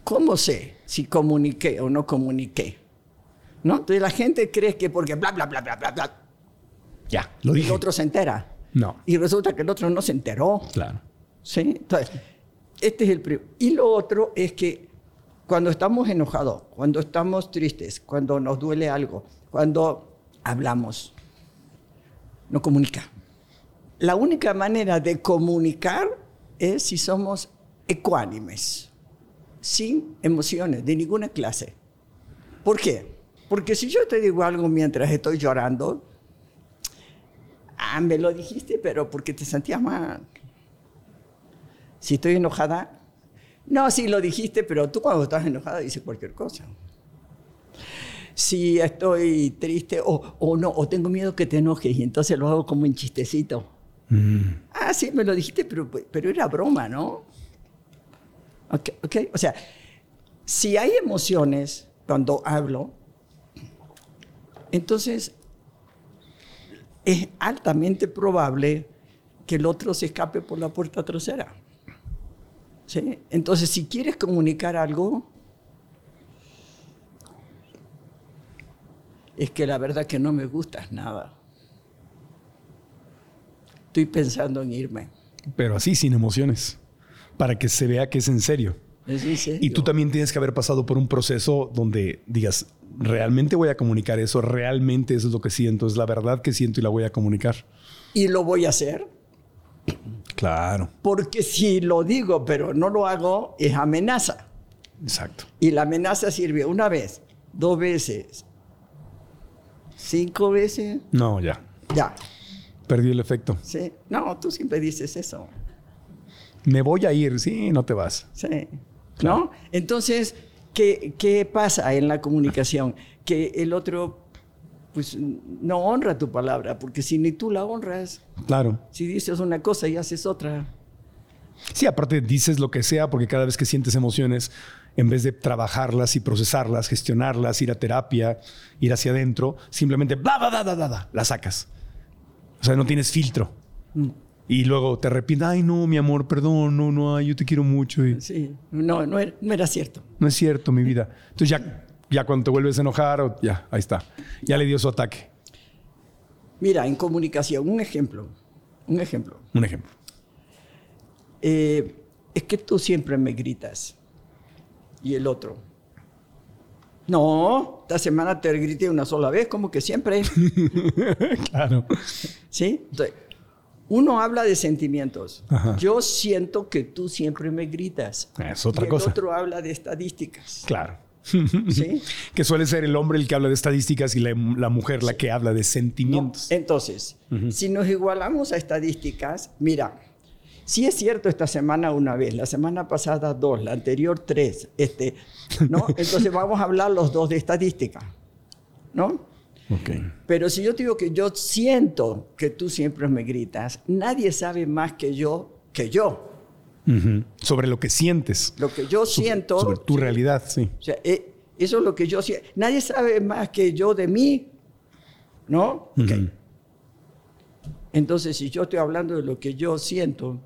[SPEAKER 2] ¿cómo sé si comuniqué o no comuniqué? ¿No? Entonces la gente cree que porque bla, bla, bla, bla, bla, bla,
[SPEAKER 1] Ya, lo
[SPEAKER 2] el
[SPEAKER 1] dije.
[SPEAKER 2] otro se entera.
[SPEAKER 1] No,
[SPEAKER 2] Y resulta que el otro no se enteró.
[SPEAKER 1] claro.
[SPEAKER 2] ¿Sí? Entonces, este es el primero. Y lo otro es que cuando estamos enojados, cuando estamos tristes, cuando nos duele algo, cuando hablamos, no comunica. La única manera de comunicar es si somos ecuánimes, sin emociones de ninguna clase. ¿Por qué? Porque si yo te digo algo mientras estoy llorando, ah, me lo dijiste, pero porque te sentías mal. Si estoy enojada, no, sí lo dijiste, pero tú cuando estás enojada dices cualquier cosa. Si estoy triste o, o no, o tengo miedo que te enojes y entonces lo hago como un chistecito. Ah, sí, me lo dijiste, pero, pero era broma, ¿no? Ok, ok, o sea, si hay emociones cuando hablo, entonces es altamente probable que el otro se escape por la puerta trasera. ¿Sí? Entonces, si quieres comunicar algo, es que la verdad que no me gustas nada. Estoy pensando en irme.
[SPEAKER 1] Pero así, sin emociones, para que se vea que es en serio.
[SPEAKER 2] ¿Es en serio?
[SPEAKER 1] Y tú también tienes que haber pasado por un proceso donde digas, realmente voy a comunicar eso, realmente eso es lo que siento, es la verdad que siento y la voy a comunicar.
[SPEAKER 2] Y lo voy a hacer,
[SPEAKER 1] Claro,
[SPEAKER 2] porque si lo digo pero no lo hago, es amenaza.
[SPEAKER 1] exacto.
[SPEAKER 2] Y la amenaza sirve una vez, dos veces, cinco veces,
[SPEAKER 1] No, ya.
[SPEAKER 2] ya.
[SPEAKER 1] Perdí el efecto.
[SPEAKER 2] ¿sí? No, tú siempre dices eso.
[SPEAKER 1] Me voy a ir, sí, no te vas.
[SPEAKER 2] Sí. ¿No? Entonces, ¿qué, qué pasa en la comunicación? Que el otro pues no honra tu palabra, porque si ni tú la honras,
[SPEAKER 1] Claro.
[SPEAKER 2] si dices una cosa y haces otra.
[SPEAKER 1] Sí, aparte dices lo que sea porque cada vez que sientes emociones, en vez de trabajarlas y procesarlas, gestionarlas, ir a terapia, ir hacia adentro, simplemente bla, bla, bla, bla, bla, bla, la sacas. O sea, no tienes filtro. Y luego te arrepientes, ay no, mi amor, perdón, no, no, ay, yo te quiero mucho. Y
[SPEAKER 2] Sí, no, no era, no era cierto.
[SPEAKER 1] no es cierto, mi vida. Entonces ya, ya cuando te vuelves a enojar, o- ya, ahí está. Ya le dio su ataque.
[SPEAKER 2] Mira, en comunicación, un ejemplo, un ejemplo.
[SPEAKER 1] Un ejemplo.
[SPEAKER 2] Eh, es que tú siempre me gritas. Y el otro. No, esta semana te grité una sola vez, como que siempre.
[SPEAKER 1] Claro.
[SPEAKER 2] ¿Sí? Entonces, uno habla de sentimientos.
[SPEAKER 1] Ajá.
[SPEAKER 2] Yo siento que tú siempre me gritas.
[SPEAKER 1] Es otra
[SPEAKER 2] Y
[SPEAKER 1] cosa.
[SPEAKER 2] El otro habla de estadísticas.
[SPEAKER 1] Claro.
[SPEAKER 2] ¿Sí?
[SPEAKER 1] Que suele ser el hombre el que habla de estadísticas y la, la mujer la que habla de sentimientos.
[SPEAKER 2] eh, Entonces, si nos igualamos a estadísticas, mira, si es cierto esta semana una vez, la semana pasada dos, la anterior tres, este, ¿no? Entonces vamos a hablar los dos de estadística, ¿no?
[SPEAKER 1] Ok.
[SPEAKER 2] Pero si yo te digo que yo siento que tú siempre me gritas, nadie sabe más que yo que yo.
[SPEAKER 1] Ujú. Sobre lo que sientes.
[SPEAKER 2] Lo que yo siento,
[SPEAKER 1] Sobre tu realidad, sí.
[SPEAKER 2] o sea, eh, eso es lo que yo siento. Nadie sabe más que yo de mí, ¿no? Ok.
[SPEAKER 1] Ujú.
[SPEAKER 2] Entonces, si yo estoy hablando de lo que yo siento,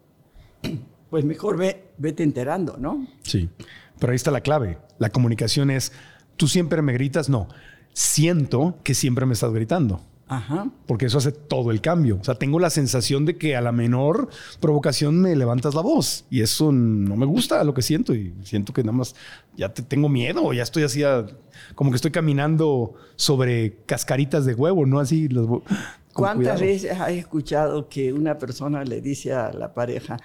[SPEAKER 2] pues mejor ve, vete enterando, ¿no?
[SPEAKER 1] Sí. Pero ahí está la clave. La comunicación es, tú siempre me gritas, no. Siento que siempre me estás gritando.
[SPEAKER 2] Ajá.
[SPEAKER 1] Porque eso hace todo el cambio. O sea, tengo la sensación de que a la menor provocación me levantas la voz. Y eso no me gusta lo que siento. Y siento que nada más ya te tengo miedo. Ya estoy así, a- como que estoy caminando sobre cascaritas de huevo, ¿no? Así. Los, con
[SPEAKER 2] ¿Cuántas
[SPEAKER 1] cuidado.
[SPEAKER 2] veces has escuchado que una persona le dice a la pareja,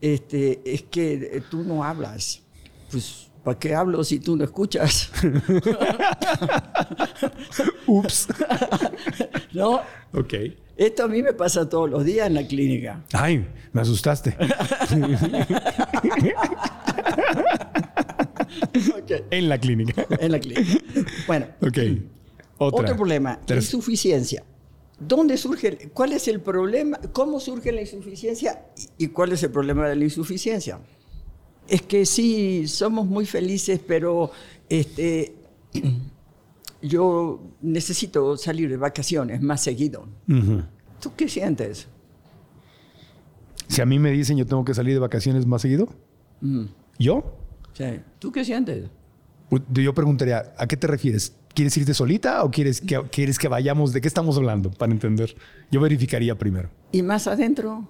[SPEAKER 2] este, es que eh, tú no hablas? Pues, ¿para qué hablo si tú no escuchas?
[SPEAKER 1] Ups.
[SPEAKER 2] ¿No?
[SPEAKER 1] ok.
[SPEAKER 2] Esto a mí me pasa todos los días en la clínica.
[SPEAKER 1] Ay, me asustaste. en la clínica.
[SPEAKER 2] En la clínica. Bueno,
[SPEAKER 1] Ok. Otra.
[SPEAKER 2] Otro problema,
[SPEAKER 1] Tres.
[SPEAKER 2] insuficiencia. ¿Dónde surge? el- ¿Cuál es el problema? ¿Cómo surge la insuficiencia? ¿Y y cuál es el problema de la insuficiencia? Es que sí, somos muy felices, pero este, yo necesito salir de vacaciones más seguido.
[SPEAKER 1] Ujú.
[SPEAKER 2] ¿Tú qué sientes?
[SPEAKER 1] Si a mí me dicen yo tengo que salir de vacaciones más seguido,
[SPEAKER 2] Mm,
[SPEAKER 1] yo
[SPEAKER 2] sí. ¿Tú qué sientes?
[SPEAKER 1] Pues, Yo preguntaría, ¿a qué te refieres? ¿Quieres irte solita o quieres que, quieres que vayamos? ¿De qué estamos hablando? Para entender. Yo verificaría primero.
[SPEAKER 2] ¿Y más adentro?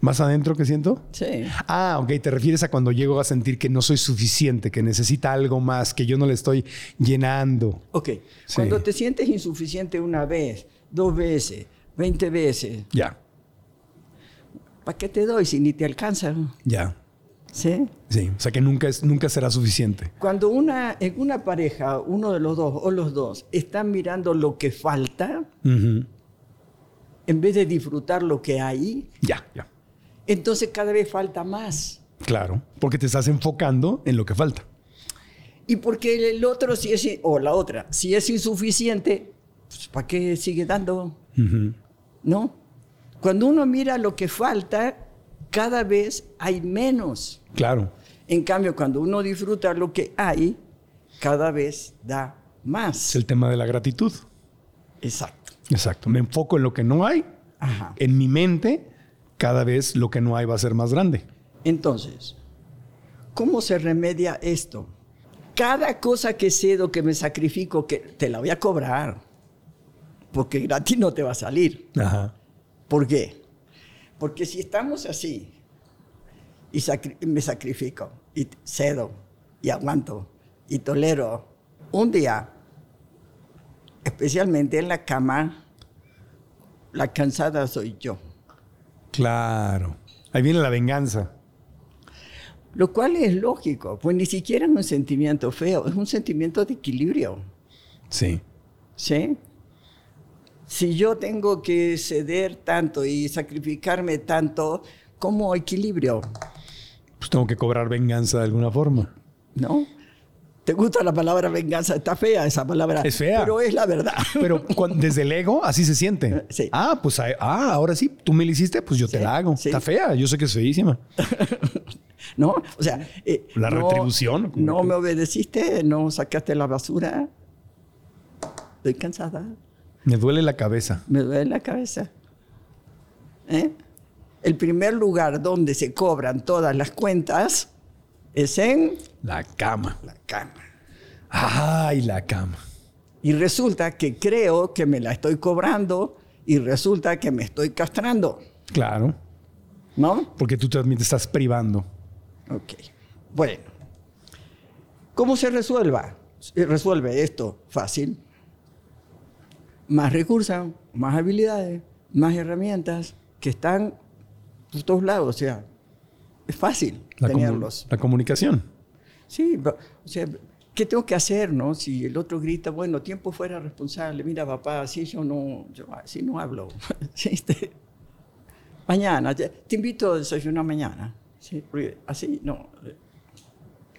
[SPEAKER 1] ¿Más adentro que siento?
[SPEAKER 2] Sí.
[SPEAKER 1] Ah, ok, te refieres a cuando llego a sentir que no soy suficiente, que necesita algo más, que yo no le estoy llenando.
[SPEAKER 2] Ok.
[SPEAKER 1] Sí.
[SPEAKER 2] Cuando te sientes insuficiente una vez, dos veces, veinte veces,
[SPEAKER 1] Ya,
[SPEAKER 2] ¿para qué te doy si ni te alcanza?
[SPEAKER 1] ya.
[SPEAKER 2] ¿Sí?
[SPEAKER 1] Sí, o sea que nunca, es, nunca será suficiente.
[SPEAKER 2] Cuando una, en una pareja, uno de los dos o los dos están mirando lo que falta
[SPEAKER 1] Ujú.
[SPEAKER 2] en vez de disfrutar lo que hay,
[SPEAKER 1] Ya, ya.
[SPEAKER 2] entonces cada vez falta más.
[SPEAKER 1] Claro, porque te estás enfocando en lo que falta.
[SPEAKER 2] Y porque el otro, si es, o la otra, si es insuficiente, pues, ¿para qué sigue dando?
[SPEAKER 1] Ujú.
[SPEAKER 2] ¿No? Cuando uno mira lo que falta, cada vez hay menos.
[SPEAKER 1] Claro.
[SPEAKER 2] En cambio, cuando uno disfruta lo que hay, cada vez da
[SPEAKER 1] Es
[SPEAKER 2] más.
[SPEAKER 1] el tema de la gratitud.
[SPEAKER 2] Exacto.
[SPEAKER 1] Exacto. Me enfoco en lo que no hay.
[SPEAKER 2] Ajá.
[SPEAKER 1] En mi mente, cada vez lo que no hay va a ser más grande.
[SPEAKER 2] Entonces, ¿cómo se remedia esto? Cada cosa que cedo, que me sacrifico, que te la voy a cobrar, porque gratis no te va a salir.
[SPEAKER 1] Ajá.
[SPEAKER 2] ¿Por qué? Porque si estamos así, y sacri- me sacrifico, y cedo, y aguanto, y tolero, un día, especialmente en la cama, la cansada soy yo.
[SPEAKER 1] Claro. Ahí viene la venganza.
[SPEAKER 2] Lo cual es lógico, pues ni siquiera es un sentimiento feo, es un sentimiento de equilibrio,
[SPEAKER 1] Sí.
[SPEAKER 2] ¿sí? Si yo tengo que ceder tanto y sacrificarme tanto, como equilibrio?
[SPEAKER 1] Pues tengo que cobrar venganza de alguna forma.
[SPEAKER 2] ¿No? ¿Te gusta la palabra venganza? Está fea esa palabra.
[SPEAKER 1] Es fea.
[SPEAKER 2] Pero es la verdad.
[SPEAKER 1] Pero cuan- desde el ego, así se siente.
[SPEAKER 2] Sí.
[SPEAKER 1] Ah, pues ah, ah, ahora sí, tú me la hiciste, pues yo te
[SPEAKER 2] Sí,
[SPEAKER 1] la hago.
[SPEAKER 2] sí.
[SPEAKER 1] Está fea, yo sé que es feísima.
[SPEAKER 2] ¿No? O sea... eh,
[SPEAKER 1] La
[SPEAKER 2] no-
[SPEAKER 1] retribución, como
[SPEAKER 2] No
[SPEAKER 1] que-
[SPEAKER 2] me obedeciste, no sacaste la basura. Estoy cansada.
[SPEAKER 1] Me duele la cabeza.
[SPEAKER 2] Me duele la cabeza. ¿Eh? El primer lugar donde se cobran todas las cuentas es en
[SPEAKER 1] La cama.
[SPEAKER 2] la cama.
[SPEAKER 1] Ay, la cama.
[SPEAKER 2] Y resulta que creo que me la estoy cobrando y resulta que me estoy castrando.
[SPEAKER 1] Claro.
[SPEAKER 2] ¿No?
[SPEAKER 1] Porque tú también te estás privando.
[SPEAKER 2] Ok. Bueno. ¿Cómo se resuelva? Se resuelve esto fácil. Más recursos, más habilidades, más herramientas que están por todos lados. O sea, es fácil
[SPEAKER 1] La, comu-
[SPEAKER 2] tenerlos.
[SPEAKER 1] la comunicación.
[SPEAKER 2] Sí, va- o sea, ¿qué tengo que hacer, no? Si el otro grita, bueno, tiempo fuera responsable, mira papá, así yo no, yo así no hablo. Sí, este, mañana, te te invito a desayunar mañana. Sí, porque así no.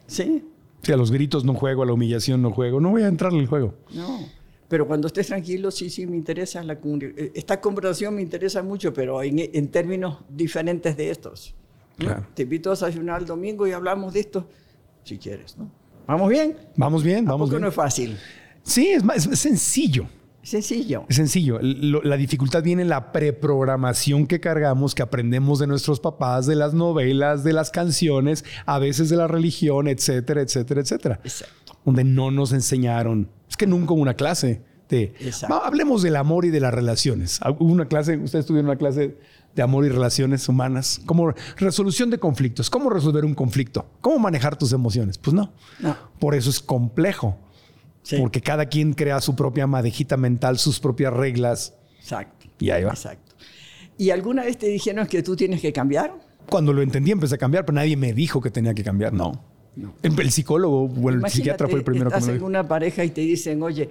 [SPEAKER 2] Sí,
[SPEAKER 1] Sí, a los gritos no juego, a la humillación no juego. No voy a entrarle al juego.
[SPEAKER 2] no. Pero cuando estés tranquilo, sí, sí, me interesa la comuni- eh, Esta conversación me interesa mucho, pero en, en términos diferentes de estos. ¿no?
[SPEAKER 1] Claro.
[SPEAKER 2] Te invito a desayunar el domingo y hablamos de esto, si quieres, ¿no? ¿Vamos bien?
[SPEAKER 1] Vamos bien, vamos
[SPEAKER 2] Tampoco
[SPEAKER 1] bien.
[SPEAKER 2] no es fácil.
[SPEAKER 1] Sí, es, más, es sencillo.
[SPEAKER 2] Sencillo.
[SPEAKER 1] Es sencillo. Lo- la dificultad viene en la preprogramación que cargamos, que aprendemos de nuestros papás, de las novelas, de las canciones, a veces de la religión, etcétera, etcétera, etcétera.
[SPEAKER 2] Exacto.
[SPEAKER 1] Donde no nos enseñaron. Es que nunca hubo una clase de.
[SPEAKER 2] Exacto.
[SPEAKER 1] Va, hablemos del amor y de las relaciones. Ah, Hubo una clase, ustedes tuvieron una clase de amor y relaciones humanas, como resolución de conflictos, cómo resolver un conflicto, cómo manejar tus emociones. Pues no.
[SPEAKER 2] No.
[SPEAKER 1] Por eso es complejo.
[SPEAKER 2] Sí.
[SPEAKER 1] Porque cada quien crea su propia madejita mental, sus propias reglas.
[SPEAKER 2] Exacto.
[SPEAKER 1] Y ahí va.
[SPEAKER 2] Exacto. ¿Y alguna vez te dijeron que tú tienes que cambiar?
[SPEAKER 1] Cuando lo entendí empecé a cambiar, pero nadie me dijo que tenía que cambiar. No.
[SPEAKER 2] No.
[SPEAKER 1] El, el psicólogo o el psiquiatra fue el primero que
[SPEAKER 2] estás
[SPEAKER 1] me lo
[SPEAKER 2] en
[SPEAKER 1] dijo.
[SPEAKER 2] una pareja y te dicen, oye,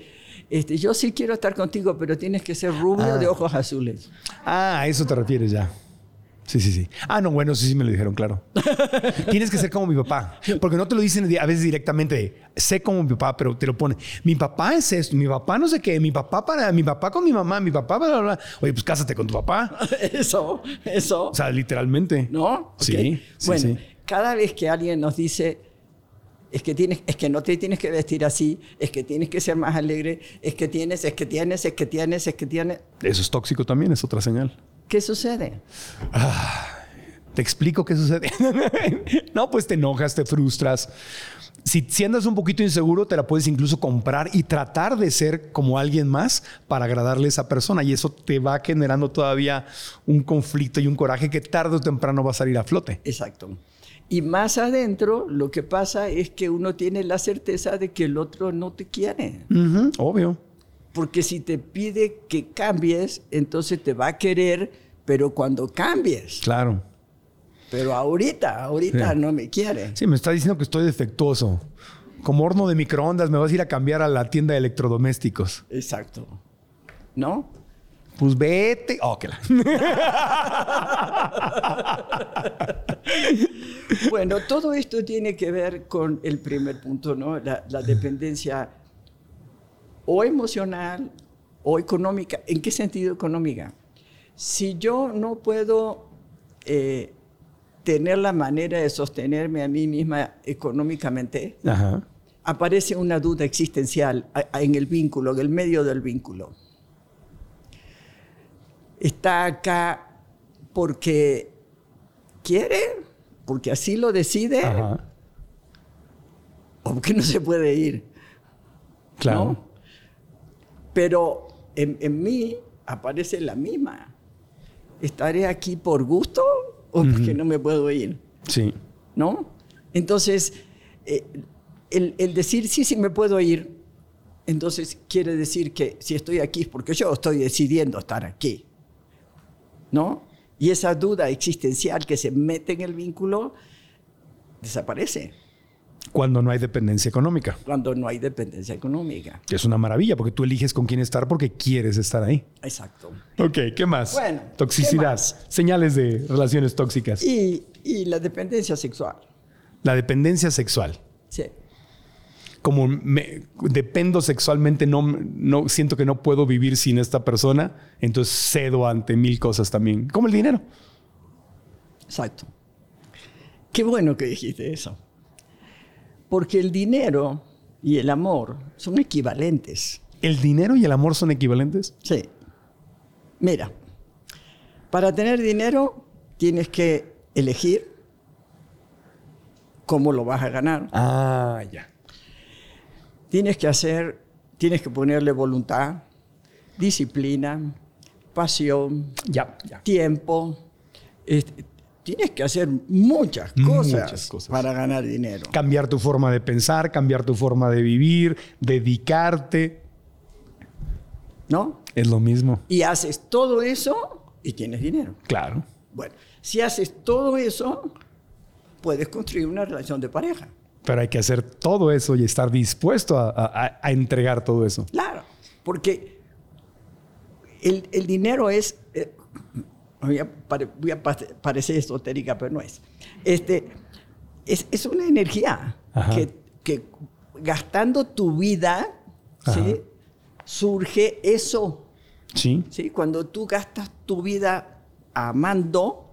[SPEAKER 2] este, yo sí quiero estar contigo, pero tienes que ser rubio
[SPEAKER 1] Ah.
[SPEAKER 2] de ojos azules.
[SPEAKER 1] Ah, a eso te refieres ya. Sí, sí, sí. Ah, no, bueno, sí, sí me lo dijeron, claro. Tienes que ser como mi papá. Porque no te lo dicen di- a veces directamente, de, sé como mi papá, pero te lo ponen. Mi papá es esto, mi papá no sé qué, mi papá para, mi papá con mi mamá, mi papá para, bla, bla. Oye, pues cásate con tu papá.
[SPEAKER 2] eso, eso.
[SPEAKER 1] O sea, literalmente.
[SPEAKER 2] ¿No?
[SPEAKER 1] Sí,
[SPEAKER 2] Ok.
[SPEAKER 1] sí,
[SPEAKER 2] Bueno,
[SPEAKER 1] sí.
[SPEAKER 2] cada vez que alguien nos dice, es que, tienes, es que no te tienes que vestir así, es que tienes que ser más alegre, es que tienes, es que tienes, es que tienes, es que tienes,
[SPEAKER 1] Eso es tóxico también, es otra señal.
[SPEAKER 2] ¿qué sucede?
[SPEAKER 1] Te explico qué sucede. no, pues te enojas, te frustras. Si, si andas un poquito inseguro, te la puedes incluso comprar y tratar de ser como alguien más para agradarle a esa persona. Y eso te va generando todavía un conflicto y un coraje que tarde o temprano va a salir a flote.
[SPEAKER 2] Exacto. Y más adentro, lo que pasa es que uno tiene la certeza de que el otro no te quiere.
[SPEAKER 1] Ujú, Obvio.
[SPEAKER 2] Porque si te pide que cambies, entonces te va a querer, pero cuando cambies.
[SPEAKER 1] Claro.
[SPEAKER 2] Pero ahorita, ahorita
[SPEAKER 1] Sí.
[SPEAKER 2] no me quiere.
[SPEAKER 1] Sí, me está diciendo que estoy defectuoso. Como horno de microondas, me vas a ir a cambiar a la tienda de electrodomésticos.
[SPEAKER 2] Exacto. ¿No?
[SPEAKER 1] Pues vete. Oh, que la-
[SPEAKER 2] Bueno, todo esto tiene que ver con el primer punto, ¿no? La, la dependencia o emocional o económica. ¿En qué sentido económica? Si yo no puedo eh, tener la manera de sostenerme a mí misma económicamente,
[SPEAKER 1] Ajá.
[SPEAKER 2] aparece una duda existencial a- a- en el vínculo, en el medio del vínculo. está acá porque quiere, porque así lo decide,
[SPEAKER 1] Ajá,
[SPEAKER 2] o porque no se puede ir.
[SPEAKER 1] claro.
[SPEAKER 2] ¿no? Pero en, en mí aparece la misma. ¿Estaré aquí por gusto o porque no me puedo ir?
[SPEAKER 1] Sí.
[SPEAKER 2] ¿No? Entonces, eh, el, el decir sí, sí me puedo ir, entonces quiere decir que si estoy aquí es porque yo estoy decidiendo estar aquí. ¿No? Y esa duda existencial que se mete en el vínculo desaparece
[SPEAKER 1] Cuando no hay dependencia económica.
[SPEAKER 2] cuando no hay dependencia económica.
[SPEAKER 1] Que es una maravilla, porque tú eliges con quién estar porque quieres estar ahí.
[SPEAKER 2] Exacto.
[SPEAKER 1] Ok, ¿qué más?
[SPEAKER 2] Bueno, ¿qué
[SPEAKER 1] Toxicidad.
[SPEAKER 2] más?
[SPEAKER 1] Señales de relaciones tóxicas.
[SPEAKER 2] Y, y la dependencia sexual.
[SPEAKER 1] La dependencia sexual.
[SPEAKER 2] Sí.
[SPEAKER 1] Como me- dependo sexualmente, no, no siento que no puedo vivir sin esta persona, entonces cedo ante mil cosas también. Como el dinero.
[SPEAKER 2] Exacto. Qué bueno que dijiste eso. Porque el dinero y el amor son equivalentes.
[SPEAKER 1] ¿El dinero y el amor son equivalentes?
[SPEAKER 2] Sí. Mira, para tener dinero tienes que elegir cómo lo vas a ganar.
[SPEAKER 1] Ah, ya.
[SPEAKER 2] Tienes que hacer, tienes que ponerle voluntad, disciplina, pasión,
[SPEAKER 1] Ya, ya.
[SPEAKER 2] tiempo. Este, tienes que hacer muchas cosas,
[SPEAKER 1] Muchas cosas.
[SPEAKER 2] para ganar dinero.
[SPEAKER 1] Cambiar tu forma de pensar, cambiar tu forma de vivir, dedicarte.
[SPEAKER 2] ¿No?
[SPEAKER 1] Es lo mismo.
[SPEAKER 2] Y haces todo eso y tienes dinero.
[SPEAKER 1] Claro.
[SPEAKER 2] Bueno, si haces todo eso, puedes construir una relación de pareja.
[SPEAKER 1] Pero hay que hacer todo eso y estar dispuesto a, a- a- a entregar todo eso.
[SPEAKER 2] Claro, porque el, el dinero es, eh, voy a, pare- voy a pa- parecer esotérica, pero no es. Este, es, es una energía
[SPEAKER 1] Ajá.
[SPEAKER 2] que, que gastando tu vida,
[SPEAKER 1] Ajá.
[SPEAKER 2] ¿sí? surge eso.
[SPEAKER 1] Sí.
[SPEAKER 2] ¿sí? Cuando tú gastas tu vida amando,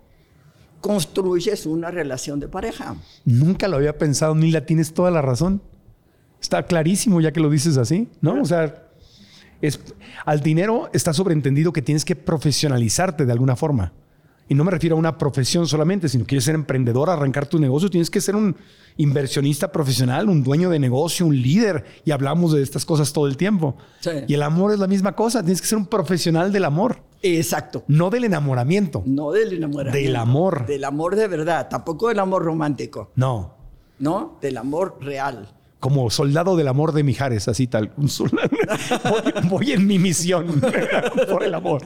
[SPEAKER 2] construyes una relación de pareja.
[SPEAKER 1] Nunca lo había pensado, ni la tienes toda la razón. Está clarísimo ya que lo dices así, ¿no? O sea, es, al dinero está sobreentendido que tienes que profesionalizarte de alguna forma. Y no me refiero a una profesión solamente, sino quieres ser emprendedor, arrancar tu negocio, tienes que ser un inversionista profesional, un dueño de negocio, un líder. Y hablamos de estas cosas todo el tiempo.
[SPEAKER 2] Sí.
[SPEAKER 1] Y el amor es la misma cosa, tienes que ser un profesional del amor,
[SPEAKER 2] Exacto.
[SPEAKER 1] no del enamoramiento.
[SPEAKER 2] No del enamoramiento.
[SPEAKER 1] Del amor.
[SPEAKER 2] Del amor de verdad, tampoco del amor romántico,
[SPEAKER 1] No,
[SPEAKER 2] ¿no? Del amor real.
[SPEAKER 1] como soldado del amor de Mijares, así tal. Un soldado. Voy, voy en mi misión por el amor.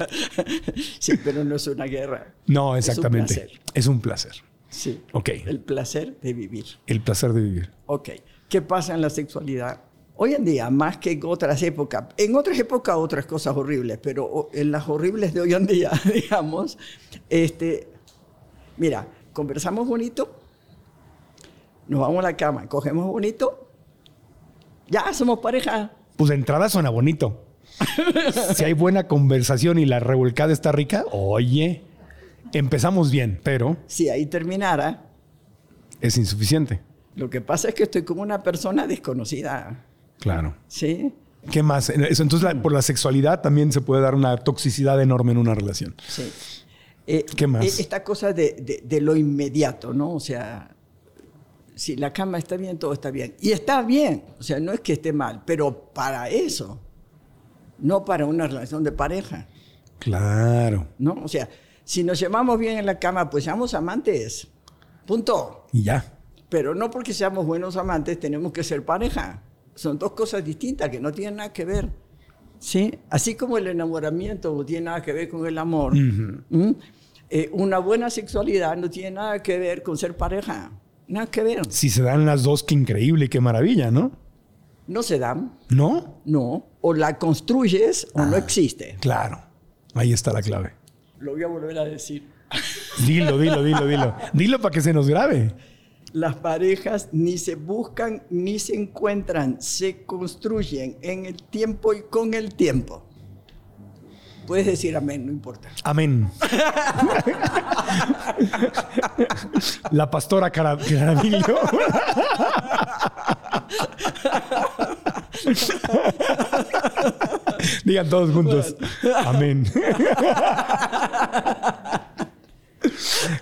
[SPEAKER 2] Sí, pero no es una guerra.
[SPEAKER 1] No,
[SPEAKER 2] Es un
[SPEAKER 1] exactamente.
[SPEAKER 2] placer.
[SPEAKER 1] Es un placer.
[SPEAKER 2] Sí.
[SPEAKER 1] Ok.
[SPEAKER 2] El placer de vivir.
[SPEAKER 1] El placer de vivir.
[SPEAKER 2] Ok. ¿Qué pasa en la sexualidad? Hoy en día, más que en otras épocas, en otras épocas otras cosas horribles, pero o- en las horribles de hoy en día, digamos, este, mira, conversamos bonito, nos vamos a la cama, cogemos bonito, ya somos pareja.
[SPEAKER 1] Pues de entrada suena bonito. Si hay buena conversación y la revolcada está rica, oye, empezamos bien, pero
[SPEAKER 2] Si ahí terminara,
[SPEAKER 1] es insuficiente.
[SPEAKER 2] lo que pasa es que estoy con una persona desconocida,
[SPEAKER 1] Claro.
[SPEAKER 2] ¿sí?
[SPEAKER 1] ¿Qué más? Eso, Entonces, la- por la sexualidad también se puede dar una toxicidad enorme en una relación.
[SPEAKER 2] Sí. Eh,
[SPEAKER 1] ¿Qué más?
[SPEAKER 2] eh, Esta cosa de, de- de lo inmediato, ¿no? O sea, si la cama está bien, todo está bien. Y está bien, o sea, no es que esté mal, pero para eso, no para una relación de pareja,
[SPEAKER 1] Claro.
[SPEAKER 2] ¿no? O sea, si nos llevamos bien en la cama, pues seamos amantes, punto.
[SPEAKER 1] Y ya.
[SPEAKER 2] Pero no porque seamos buenos amantes tenemos que ser pareja. Son dos cosas distintas que no tienen nada que ver. ¿Sí? Así como el enamoramiento no tiene nada que ver con el amor, ¿m? Eh, una buena sexualidad no tiene nada que ver con ser pareja. Nada que ver.
[SPEAKER 1] Si se dan las dos, qué increíble, qué maravilla, ¿no?
[SPEAKER 2] No se dan,
[SPEAKER 1] ¿No?
[SPEAKER 2] no. O la construyes o no existe.
[SPEAKER 1] Claro, ahí está la clave.
[SPEAKER 2] Lo voy a volver a decir.
[SPEAKER 1] Dilo, dilo, dilo, dilo. Dilo para que se nos grabe.
[SPEAKER 2] Las parejas ni se buscan ni se encuentran, se construyen en el tiempo y con el tiempo. Puedes decir amén, no importa.
[SPEAKER 1] Amén. La pastora Cara- Carabillo. Digan todos juntos. Amén.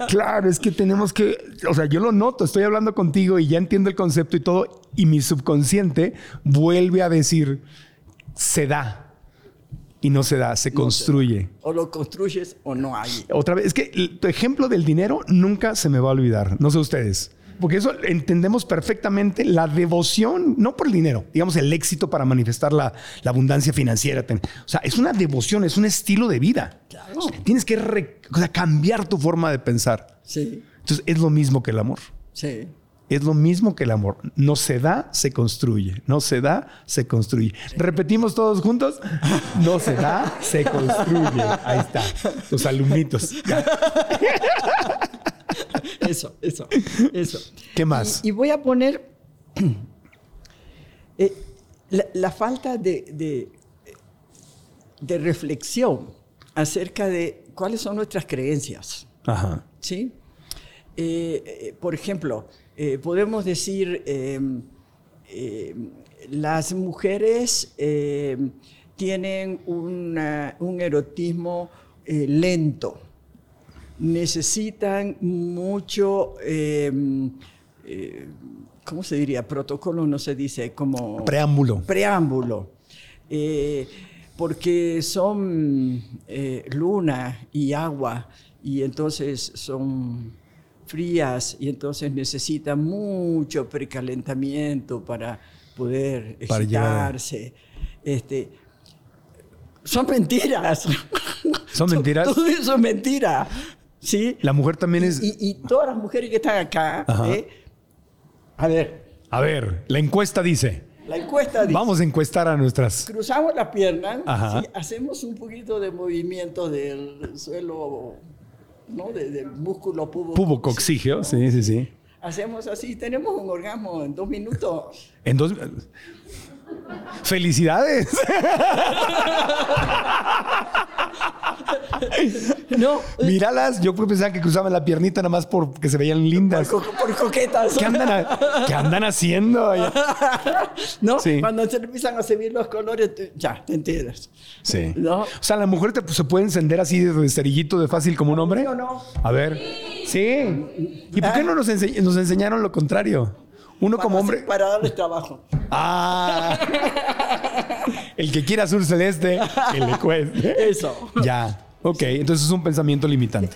[SPEAKER 1] Claro, es que tenemos que, o sea, yo lo noto, estoy hablando contigo y ya entiendo el concepto y todo, y mi subconsciente vuelve a decir, se da. Y no se da, se construye.
[SPEAKER 2] O lo construyes o no hay.
[SPEAKER 1] Otra vez, es que el- tu ejemplo del dinero nunca se me va a olvidar, no sé ustedes. Porque eso entendemos perfectamente la devoción, no por el dinero, digamos el éxito para manifestar la, la abundancia financiera. Ten- O sea, es una devoción, es un estilo de vida.
[SPEAKER 2] Claro.
[SPEAKER 1] Tienes que re- o sea, cambiar tu forma de pensar.
[SPEAKER 2] Sí,
[SPEAKER 1] Entonces, es lo mismo que el amor.
[SPEAKER 2] sí.
[SPEAKER 1] Es lo mismo que el amor. No se da, se construye. No se da, se construye. Repetimos todos juntos. No se da, se construye. Ahí está. Tus alumnitos. Ya.
[SPEAKER 2] Eso, eso, eso.
[SPEAKER 1] ¿Qué más?
[SPEAKER 2] Y, y voy a poner eh, la, la falta de, de, de reflexión acerca de cuáles son nuestras creencias.
[SPEAKER 1] Ajá.
[SPEAKER 2] ¿sí? Eh, eh, por ejemplo, eh, podemos decir, eh, eh, las mujeres eh, tienen una- un erotismo eh, lento, necesitan mucho, eh, eh, ¿cómo se diría? Protocolo no se dice, como
[SPEAKER 1] Preámbulo.
[SPEAKER 2] preámbulo, eh, porque son eh, luna y agua, y entonces son frías, y entonces necesita mucho precalentamiento para poder
[SPEAKER 1] Para llegar a-
[SPEAKER 2] excitarse. Este, son mentiras.
[SPEAKER 1] ¿Son mentiras?
[SPEAKER 2] Todo eso es mentira. ¿sí?
[SPEAKER 1] La mujer también es.
[SPEAKER 2] Y, y todas las mujeres que están acá,
[SPEAKER 1] Ajá.
[SPEAKER 2] ¿eh? a ver,
[SPEAKER 1] A ver, la encuesta dice.
[SPEAKER 2] la encuesta dice...
[SPEAKER 1] Vamos a encuestar a nuestras.
[SPEAKER 2] cruzamos las piernas,
[SPEAKER 1] Ajá.
[SPEAKER 2] ¿sí? hacemos un poquito de movimiento del suelo, ¿no? De- del músculo pubo.
[SPEAKER 1] Pubocoxigio. Sí, sí, sí.
[SPEAKER 2] Hacemos así, tenemos un orgasmo en dos minutos.
[SPEAKER 1] En dos. ¡Felicidades!
[SPEAKER 2] No,
[SPEAKER 1] Míralas. Yo pensaba que cruzaban la piernita nada más porque se veían lindas.
[SPEAKER 2] por, co- por coquetas.
[SPEAKER 1] ¿Qué andan, a- qué andan haciendo? allá?
[SPEAKER 2] ¿No?
[SPEAKER 1] Sí.
[SPEAKER 2] Cuando se empiezan a servir los colores, tú- ya, te enteras.
[SPEAKER 1] Sí.
[SPEAKER 2] No.
[SPEAKER 1] O sea, la mujer te- pues, se puede encender así de cerillito de fácil como un hombre.
[SPEAKER 2] ¿Sí o no? Ah.
[SPEAKER 1] A ver. Sí. ¿Y por qué no nos, ense- nos enseñaron lo contrario? Uno como
[SPEAKER 2] Para-
[SPEAKER 1] hombre.
[SPEAKER 2] Para darles trabajo.
[SPEAKER 1] Ah. El que quiera azul celeste, que le cueste.
[SPEAKER 2] Eso.
[SPEAKER 1] Ya. Ok, entonces es un pensamiento limitante.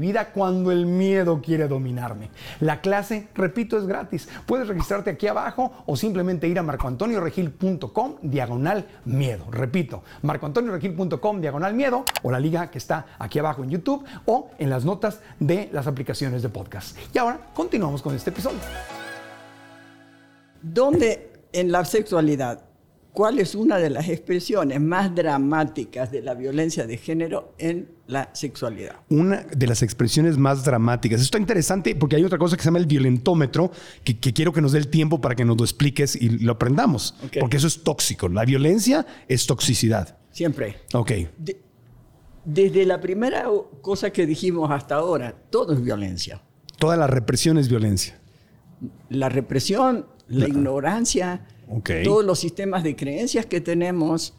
[SPEAKER 1] vida cuando el miedo quiere dominarme. La clase, repito, es gratis. Puedes registrarte aquí abajo o simplemente ir a marcoantonioregil.com diagonal miedo. Repito, marcoantonioregil.com diagonal miedo o la liga que está aquí abajo en YouTube o en las notas de las aplicaciones de podcast. Y ahora continuamos con este episodio.
[SPEAKER 2] ¿Dónde en la sexualidad, cuál es una de las expresiones más dramáticas de la violencia de género en la sexualidad?
[SPEAKER 1] una de las expresiones más dramáticas. Esto está interesante porque hay otra cosa que se llama el violentómetro, que, que quiero que nos dé el tiempo para que nos lo expliques y lo aprendamos,
[SPEAKER 2] Ok.
[SPEAKER 1] porque eso es tóxico. La violencia es toxicidad.
[SPEAKER 2] Siempre.
[SPEAKER 1] Ok.
[SPEAKER 2] De- desde la primera o- cosa que dijimos hasta ahora, todo es violencia.
[SPEAKER 1] Toda la represión es violencia.
[SPEAKER 2] La represión, la ignorancia,
[SPEAKER 1] Ok.
[SPEAKER 2] todos los sistemas de creencias que tenemos,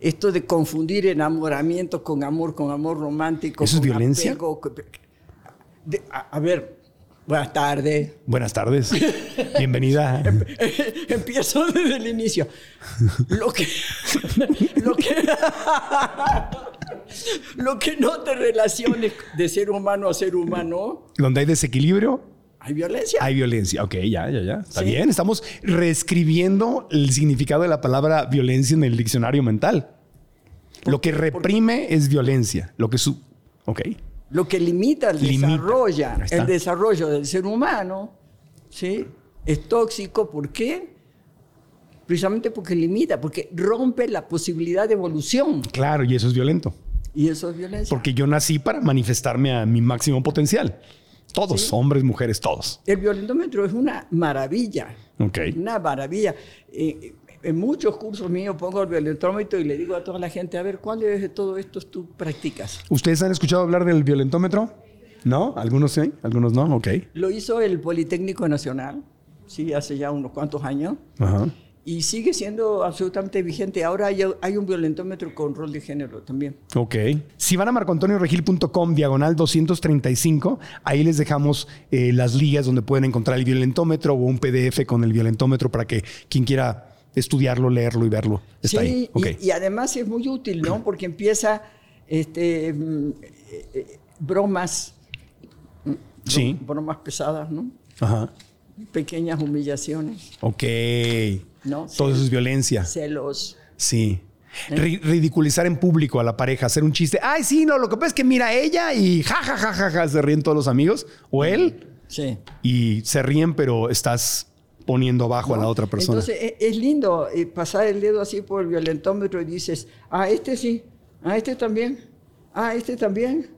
[SPEAKER 2] esto de confundir enamoramiento con amor, con amor romántico.
[SPEAKER 1] ¿Eso es
[SPEAKER 2] con
[SPEAKER 1] violencia?
[SPEAKER 2] apego, con- de- a, a ver, Buenas tardes.
[SPEAKER 1] Buenas tardes. Bienvenida.
[SPEAKER 2] Empiezo desde el inicio. Lo que, lo que, lo que no te relaciones de ser humano a ser humano,
[SPEAKER 1] Donde hay desequilibrio,
[SPEAKER 2] hay violencia.
[SPEAKER 1] hay violencia. Ok, ya, ya, ya. Está
[SPEAKER 2] Sí.
[SPEAKER 1] bien. Estamos reescribiendo el significado de la palabra violencia en el diccionario mental. Lo que reprime es violencia. Lo que su. Ok.
[SPEAKER 2] Lo que limita el
[SPEAKER 1] Limita.
[SPEAKER 2] desarrollo,
[SPEAKER 1] Ahí está.
[SPEAKER 2] el desarrollo del ser humano, ¿sí? Es tóxico, ¿por qué? Precisamente porque limita, porque rompe la posibilidad de evolución
[SPEAKER 1] Claro, y eso es violento.
[SPEAKER 2] y eso es violencia.
[SPEAKER 1] Porque yo nací para manifestarme a mi máximo potencial. Todos, hombres, mujeres, todos.
[SPEAKER 2] El violentómetro es una maravilla.
[SPEAKER 1] Ok.
[SPEAKER 2] Una maravilla. Eh, en muchos cursos míos pongo el violentómetro y le digo a toda la gente, a ver, ¿cuáles de todo esto tú practicas?
[SPEAKER 1] ¿Ustedes han escuchado hablar del violentómetro? ¿No? Algunos sí, algunos no. Ok.
[SPEAKER 2] Lo hizo el Politécnico Nacional, sí, hace ya unos cuantos años,
[SPEAKER 1] Ajá.
[SPEAKER 2] y sigue siendo absolutamente vigente. Ahora hay, hay un violentómetro con rol de género también.
[SPEAKER 1] Ok. Si van a marcoantonioregil.com diagonal 235, ahí les dejamos eh, las ligas donde pueden encontrar el violentómetro o un PDF con el violentómetro para que quien quiera estudiarlo, leerlo y verlo. Está
[SPEAKER 2] sí,
[SPEAKER 1] ahí.
[SPEAKER 2] y-
[SPEAKER 1] Ok.
[SPEAKER 2] y, además es muy útil, ¿no? Porque empieza este, mm, eh, eh, bromas,
[SPEAKER 1] sí.
[SPEAKER 2] bromas pesadas, ¿no?
[SPEAKER 1] Ajá.
[SPEAKER 2] Pequeñas humillaciones.
[SPEAKER 1] Ok.
[SPEAKER 2] No,
[SPEAKER 1] Todo
[SPEAKER 2] sí. ¿Eh?
[SPEAKER 1] eso es violencia.
[SPEAKER 2] celos.
[SPEAKER 1] Sí. Ri- ridiculizar en público a la pareja, hacer un chiste. Ay, sí, no, lo que pasa es que mira ella y ja, ja, ja, ja, ja, se ríen todos los amigos o él
[SPEAKER 2] Sí.
[SPEAKER 1] y se ríen, pero estás poniendo abajo a la otra persona.
[SPEAKER 2] Entonces e- es, lindo eh, pasar el dedo así por el violentómetro y dices, ah, este sí, ah, este también, ah, este también,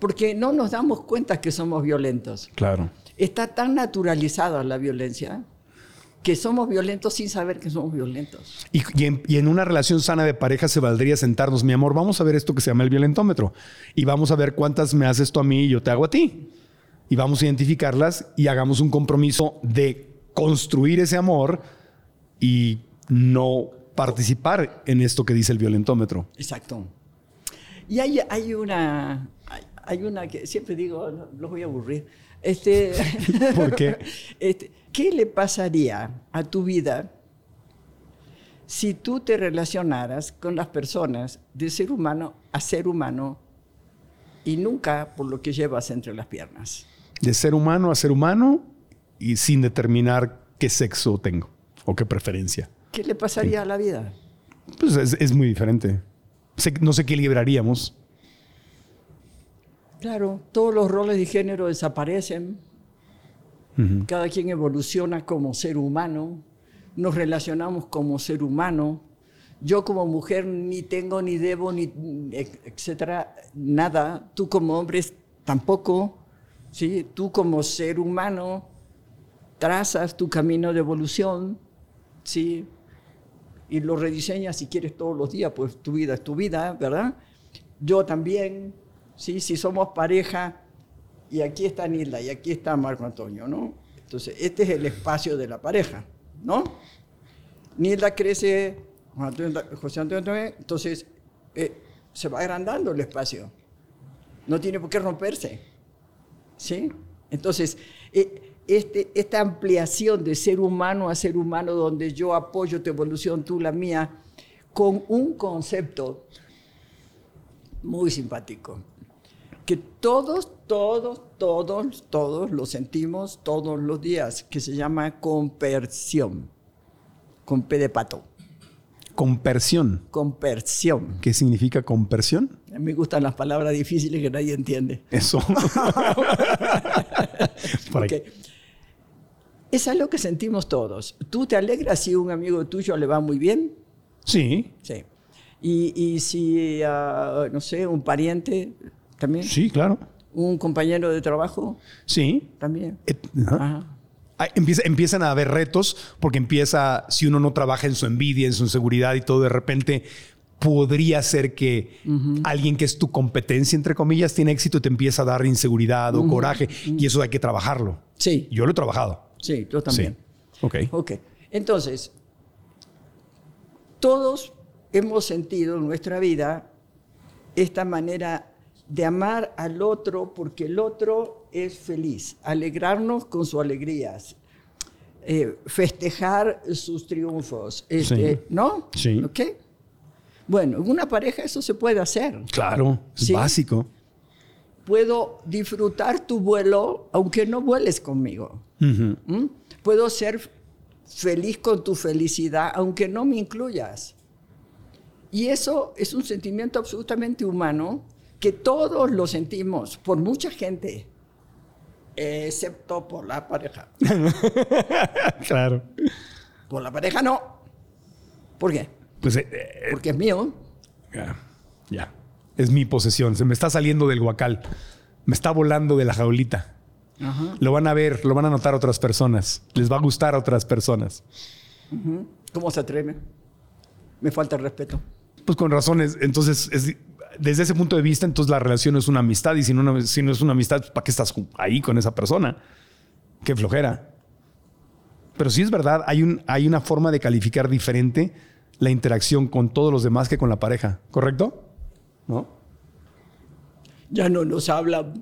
[SPEAKER 2] porque no nos damos cuenta que somos violentos.
[SPEAKER 1] claro.
[SPEAKER 2] Está tan naturalizada la violencia que somos violentos sin saber que somos violentos.
[SPEAKER 1] Y, y en, y en una relación sana de pareja se valdría sentarnos, mi amor, vamos a ver esto que se llama el violentómetro y vamos a ver cuántas me haces tú a mí y yo te hago a ti. Y vamos a identificarlas y hagamos un compromiso de construir ese amor y no participar en esto que dice el violentómetro.
[SPEAKER 2] Exacto. Y hay, hay una, hay, hay una que siempre digo, "Oh, no, los voy a aburrir. Este,
[SPEAKER 1] ¿Por qué?
[SPEAKER 2] Este, ¿Qué le pasaría a tu vida si tú te relacionaras con las personas de ser humano a ser humano y nunca por lo que llevas entre las piernas?
[SPEAKER 1] De ser humano a ser humano y sin determinar qué sexo tengo o qué preferencia.
[SPEAKER 2] ¿Qué le pasaría a la vida?
[SPEAKER 1] Pues es, es muy diferente. Se- nos equilibraríamos.
[SPEAKER 2] Claro, todos los roles de género desaparecen,
[SPEAKER 1] Ujú.
[SPEAKER 2] cada quien evoluciona como ser humano, nos relacionamos como ser humano. Yo como mujer ni tengo, ni debo, ni et- etcétera, nada. Tú como hombre es- tampoco. ¿sí? Tú como ser humano trazas tu camino de evolución ¿sí? y lo rediseñas si quieres todos los días, pues tu vida es tu vida, ¿verdad? Yo también, ¿sí? si somos pareja, y aquí está Nilda y aquí está Marco Antonio, ¿no? Entonces, este es el espacio de la pareja, ¿no? Nilda crece, Juan Antonio- José Antonio también, entonces eh, se va agrandando el espacio. No tiene por qué romperse, ¿sí? Entonces, eh, este, esta ampliación de ser humano a ser humano, donde yo apoyo tu evolución, tú la mía, con un concepto muy simpático, que todos, todos, todos, todos lo sentimos todos los días, que se llama compersión, con P de pato,
[SPEAKER 1] Compersión.
[SPEAKER 2] compersión.
[SPEAKER 1] ¿Qué significa compersión?
[SPEAKER 2] Me gustan las palabras difíciles que nadie entiende.
[SPEAKER 1] Eso. Por ahí.
[SPEAKER 2] Porque es algo que sentimos todos. ¿Tú te alegras si un amigo tuyo le va muy bien?
[SPEAKER 1] Sí,
[SPEAKER 2] Sí. Y, y si, ah, no sé, un pariente también,
[SPEAKER 1] sí, claro.
[SPEAKER 2] un compañero de trabajo
[SPEAKER 1] Sí.
[SPEAKER 2] también.
[SPEAKER 1] Eh, ajá.
[SPEAKER 2] Ajá.
[SPEAKER 1] Ah, empieza- empiezan a haber retos porque empieza, si uno no trabaja en su envidia, en su inseguridad y todo, de repente podría ser que alguien que es tu competencia, entre comillas, tiene éxito y te empieza a dar inseguridad o coraje y eso hay que trabajarlo.
[SPEAKER 2] Sí,
[SPEAKER 1] Yo lo he trabajado.
[SPEAKER 2] sí, yo también. Oh.
[SPEAKER 1] Sí. Ok.
[SPEAKER 2] Ok, entonces, todos hemos sentido en nuestra vida esta manera de amar al otro porque el otro es feliz, alegrarnos con sus alegrías, eh, festejar sus triunfos, este,
[SPEAKER 1] Sí.
[SPEAKER 2] ¿no?
[SPEAKER 1] Sí.
[SPEAKER 2] ¿Ok? Bueno, en una pareja eso se puede hacer.
[SPEAKER 1] Claro, es
[SPEAKER 2] Sí.
[SPEAKER 1] básico.
[SPEAKER 2] Puedo disfrutar tu vuelo aunque no vueles conmigo.
[SPEAKER 1] Ujú.
[SPEAKER 2] ¿Mm? Puedo ser feliz con tu felicidad, aunque no me incluyas. Y eso es un sentimiento absolutamente humano que todos lo sentimos por mucha gente, excepto por la pareja.
[SPEAKER 1] Claro.
[SPEAKER 2] Por la pareja no. ¿Por qué?
[SPEAKER 1] Pues eh, eh,
[SPEAKER 2] Porque es mío.
[SPEAKER 1] Ya, ya. Es mi posesión. Se me está saliendo del guacal. Me está volando de la jaulita. Lo van a ver, lo van a notar otras personas. Les va a gustar a otras personas.
[SPEAKER 2] ¿Cómo se atreve? Me falta el respeto.
[SPEAKER 1] Pues con razones. Entonces, es- desde ese punto de vista, entonces la relación es una amistad. Y si no, una- si no es una amistad, pues, ¿para qué estás ju- ahí con esa persona? Qué flojera. Pero sí es verdad, hay, un, hay una forma de calificar diferente la interacción con todos los demás que con la pareja, ¿correcto? ¿No?
[SPEAKER 2] Ya no nos habla.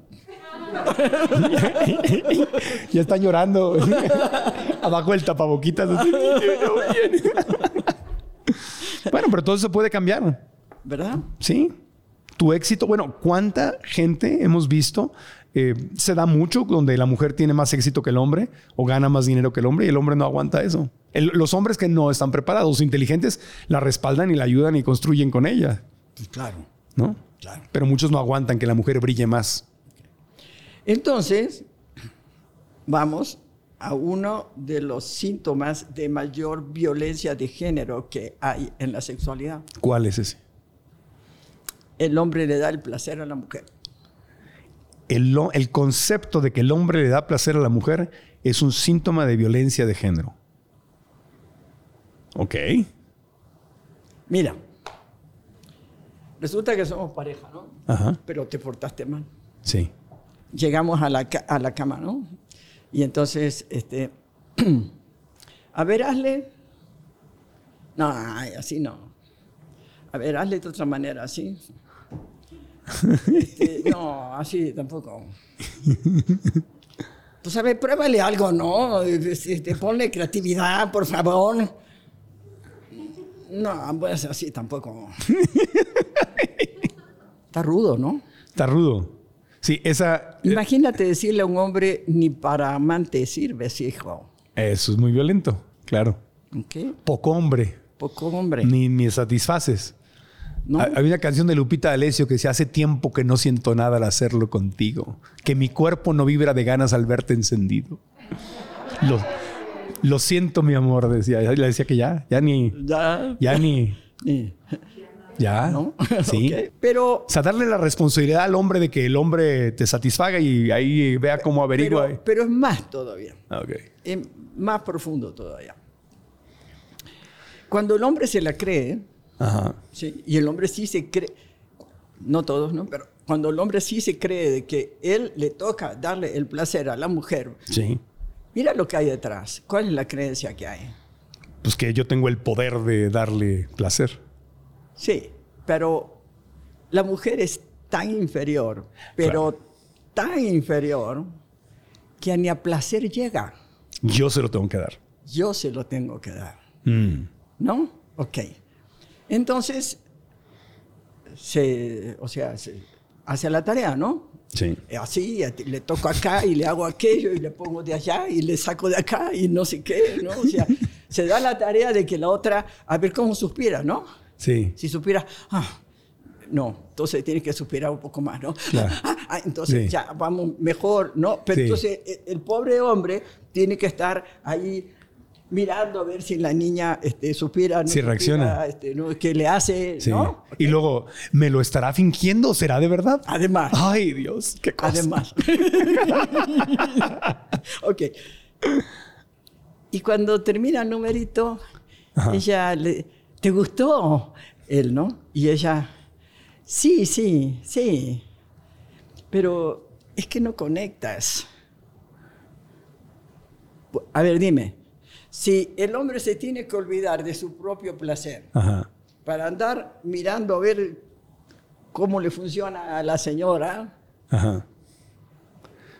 [SPEAKER 1] Ya están llorando. Abajo el tapaboquitas. bueno, pero todo eso puede cambiar.
[SPEAKER 2] ¿Verdad?
[SPEAKER 1] Sí. Tu éxito, bueno, ¿cuánta gente hemos visto? eh, se da mucho donde la mujer tiene más éxito que el hombre o gana más dinero que el hombre y el hombre no aguanta eso. El- los hombres que no están preparados, inteligentes, la respaldan y la ayudan y construyen con ella,
[SPEAKER 2] Pues claro,
[SPEAKER 1] ¿no?
[SPEAKER 2] claro.
[SPEAKER 1] Pero muchos no aguantan que la mujer brille más.
[SPEAKER 2] Entonces, vamos a uno de los síntomas de mayor violencia de género que hay en la sexualidad.
[SPEAKER 1] ¿Cuál es ese?
[SPEAKER 2] El hombre le da el placer a la mujer.
[SPEAKER 1] el, lo- el concepto de que el hombre le da placer a la mujer es un síntoma de violencia de género. Ok.
[SPEAKER 2] Mira, resulta que somos pareja, ¿no?
[SPEAKER 1] Ajá.
[SPEAKER 2] Pero te portaste mal.
[SPEAKER 1] Sí.
[SPEAKER 2] Llegamos a la, ca- a la cama, ¿no? Y entonces, este, a ver, hazle. No, ay, así no. A ver, hazle de otra manera, así. Este, no, así tampoco. Pues a ver, pruébale algo, ¿no? Este, ponle creatividad, por favor. No, pues así tampoco. Está rudo, ¿no?
[SPEAKER 1] Está rudo. Sí, esa.
[SPEAKER 2] Imagínate decirle a un hombre, ni para amante sirves, hijo.
[SPEAKER 1] Eso es muy violento. Claro.
[SPEAKER 2] ¿Ok?
[SPEAKER 1] Poco hombre.
[SPEAKER 2] Poco hombre,
[SPEAKER 1] Ni, ni satisfaces.
[SPEAKER 2] ¿no?
[SPEAKER 1] Ha- Había una canción de Lupita D'Alessio que decía: Hace tiempo que no siento nada al hacerlo contigo. Que mi cuerpo no vibra de ganas al verte encendido. Lo, lo siento, mi amor, decía. Le decía que ya, ya ni.
[SPEAKER 2] Ya.
[SPEAKER 1] Ya ni.
[SPEAKER 2] eh,
[SPEAKER 1] Ya.
[SPEAKER 2] ¿no?
[SPEAKER 1] Sí.
[SPEAKER 2] Ok, Pero,
[SPEAKER 1] O sea, darle la responsabilidad al hombre de que el hombre te satisfaga y ahí vea cómo averigua. eh.
[SPEAKER 2] pero, pero es más todavía,
[SPEAKER 1] Ah, ok.
[SPEAKER 2] es más profundo todavía. Cuando el hombre se la cree,
[SPEAKER 1] Ajá.
[SPEAKER 2] ¿sí? y el hombre sí se cree, no todos, ¿no? Pero cuando el hombre sí se cree de que él le toca darle el placer a la mujer,
[SPEAKER 1] Sí.
[SPEAKER 2] mira lo que hay detrás, cuál es la creencia que hay.
[SPEAKER 1] Pues que yo tengo el poder de darle placer.
[SPEAKER 2] Sí, pero la mujer es tan inferior, pero tan inferior, que ni a placer llega.
[SPEAKER 1] Yo se lo tengo que dar.
[SPEAKER 2] Yo se lo tengo que dar,
[SPEAKER 1] Mm.
[SPEAKER 2] ¿no? Ok. Entonces, se, o sea, se hace la tarea, ¿no?
[SPEAKER 1] Sí.
[SPEAKER 2] Así, le toco acá y le hago aquello y le pongo de allá y le saco de acá y no sé qué, ¿no? O sea, se da la tarea de que la otra, a ver cómo suspira, ¿no?
[SPEAKER 1] Sí.
[SPEAKER 2] Si supiera, ah, no, entonces tienes que suspirar un poco más, ¿no?
[SPEAKER 1] Claro.
[SPEAKER 2] Ah, ah, entonces
[SPEAKER 1] Sí.
[SPEAKER 2] ya vamos mejor, ¿no? Pero
[SPEAKER 1] Sí.
[SPEAKER 2] entonces e- el pobre hombre tiene que estar ahí mirando a ver si la niña este, suspira, no
[SPEAKER 1] Si reacciona.
[SPEAKER 2] suspira, este, ¿no? ¿Qué le hace,
[SPEAKER 1] Sí.
[SPEAKER 2] no?
[SPEAKER 1] Y luego, ¿me lo estará fingiendo o será de verdad?
[SPEAKER 2] Además,
[SPEAKER 1] Ay, Dios, qué cosa.
[SPEAKER 2] además. ok. Y cuando termina el numerito,
[SPEAKER 1] Ajá.
[SPEAKER 2] ella le, ¿te gustó? Él, ¿no? Y ella, sí, sí, sí. Pero es que no conectas. Bu- A ver, dime. Si el hombre se tiene que olvidar de su propio placer
[SPEAKER 1] Ajá.
[SPEAKER 2] para andar mirando a ver cómo le funciona a la señora,
[SPEAKER 1] Ajá.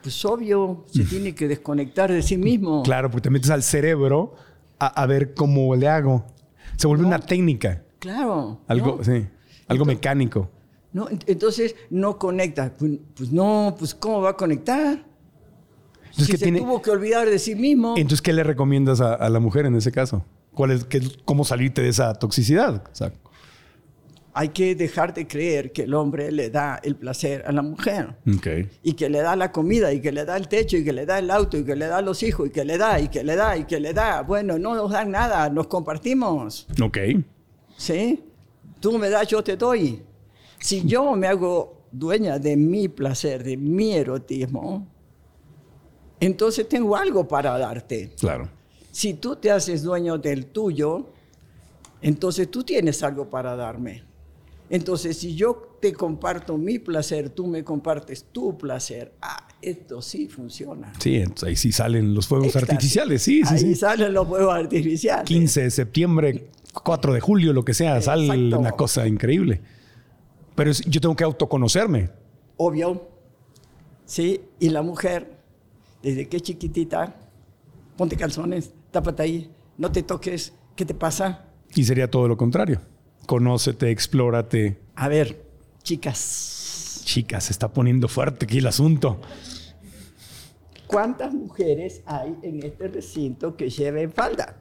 [SPEAKER 2] Pues obvio,
[SPEAKER 1] Mm.
[SPEAKER 2] se tiene que desconectar de sí mismo.
[SPEAKER 1] Claro, porque te metes al cerebro a, a ver cómo le hago. Se vuelve una técnica,
[SPEAKER 2] Claro.
[SPEAKER 1] algo,
[SPEAKER 2] ¿no?
[SPEAKER 1] sí, algo mecánico.
[SPEAKER 2] No, ent- entonces no conecta. Pues, pues no, pues ¿cómo va a conectar?
[SPEAKER 1] Entonces,
[SPEAKER 2] si
[SPEAKER 1] ¿qué
[SPEAKER 2] se
[SPEAKER 1] tiene-
[SPEAKER 2] tuvo que olvidar de sí mismo.
[SPEAKER 1] Entonces, ¿qué le recomiendas a, a la mujer en ese caso? ¿Cuál es, qué- ¿Cómo salirte de esa toxicidad? O sea,
[SPEAKER 2] Hay que dejar de creer que el hombre le da el placer a la mujer.
[SPEAKER 1] ok.
[SPEAKER 2] Y que le da la comida, y que le da el techo, y que le da el auto, y que le da los hijos, y que le da, y que le da, y que le da. Bueno, no nos dan nada, nos compartimos.
[SPEAKER 1] Ok.
[SPEAKER 2] ¿Sí? Tú me das, yo te doy. Si yo me hago dueña de mi placer, de mi erotismo, entonces tengo algo para darte.
[SPEAKER 1] Claro.
[SPEAKER 2] Si tú te haces dueño del tuyo, entonces tú tienes algo para darme. Entonces, si yo te comparto mi placer, tú me compartes tu placer, ah, esto sí funciona.
[SPEAKER 1] Sí, entonces ahí sí salen los fuegos
[SPEAKER 2] Éxtasis.
[SPEAKER 1] artificiales. Sí, sí,
[SPEAKER 2] Ahí
[SPEAKER 1] sí.
[SPEAKER 2] salen los huevos artificiales.
[SPEAKER 1] 15 de septiembre, 4 de julio, lo que sea, sale
[SPEAKER 2] Exacto.
[SPEAKER 1] una cosa increíble. Pero es- yo tengo que autoconocerme.
[SPEAKER 2] obvio, ¿sí? Y la mujer, desde que es chiquitita, ponte calzones, tápate ahí, no te toques, ¿qué te pasa?
[SPEAKER 1] Y sería todo lo contrario. Conócete, explórate.
[SPEAKER 2] A ver, chicas,
[SPEAKER 1] Chicas, se está poniendo fuerte aquí el asunto.
[SPEAKER 2] ¿cuántas mujeres hay en este recinto que lleven falda?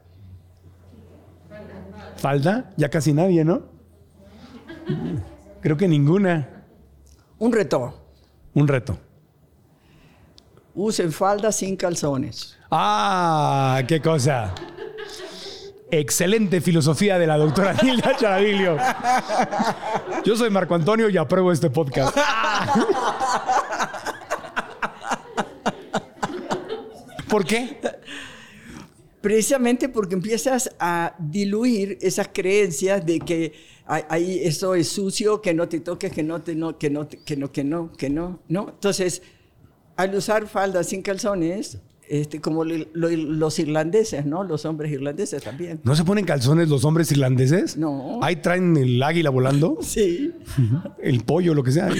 [SPEAKER 1] Falda, ya casi nadie, ¿no? Creo que ninguna.
[SPEAKER 2] Un reto,
[SPEAKER 1] Un reto.
[SPEAKER 2] usen falda sin calzones.
[SPEAKER 1] ¡Ah! ¡Qué cosa! Excelente filosofía de la doctora Nilda Charavillo. Yo soy Marco Antonio y apruebo este podcast. ¿Por qué?
[SPEAKER 2] Precisamente porque empiezas a diluir esas creencias de que ay, ay, eso es sucio, que no te toques, que no, te, no, que no, te- que no, que no, que no, ¿no? Entonces, al usar faldas sin calzones, este, como lo- lo- los irlandeses, ¿no? Los hombres irlandeses también.
[SPEAKER 1] ¿No se ponen calzones los hombres irlandeses?
[SPEAKER 2] No.
[SPEAKER 1] Ahí traen el águila volando,
[SPEAKER 2] Sí,
[SPEAKER 1] el pollo, lo que sea.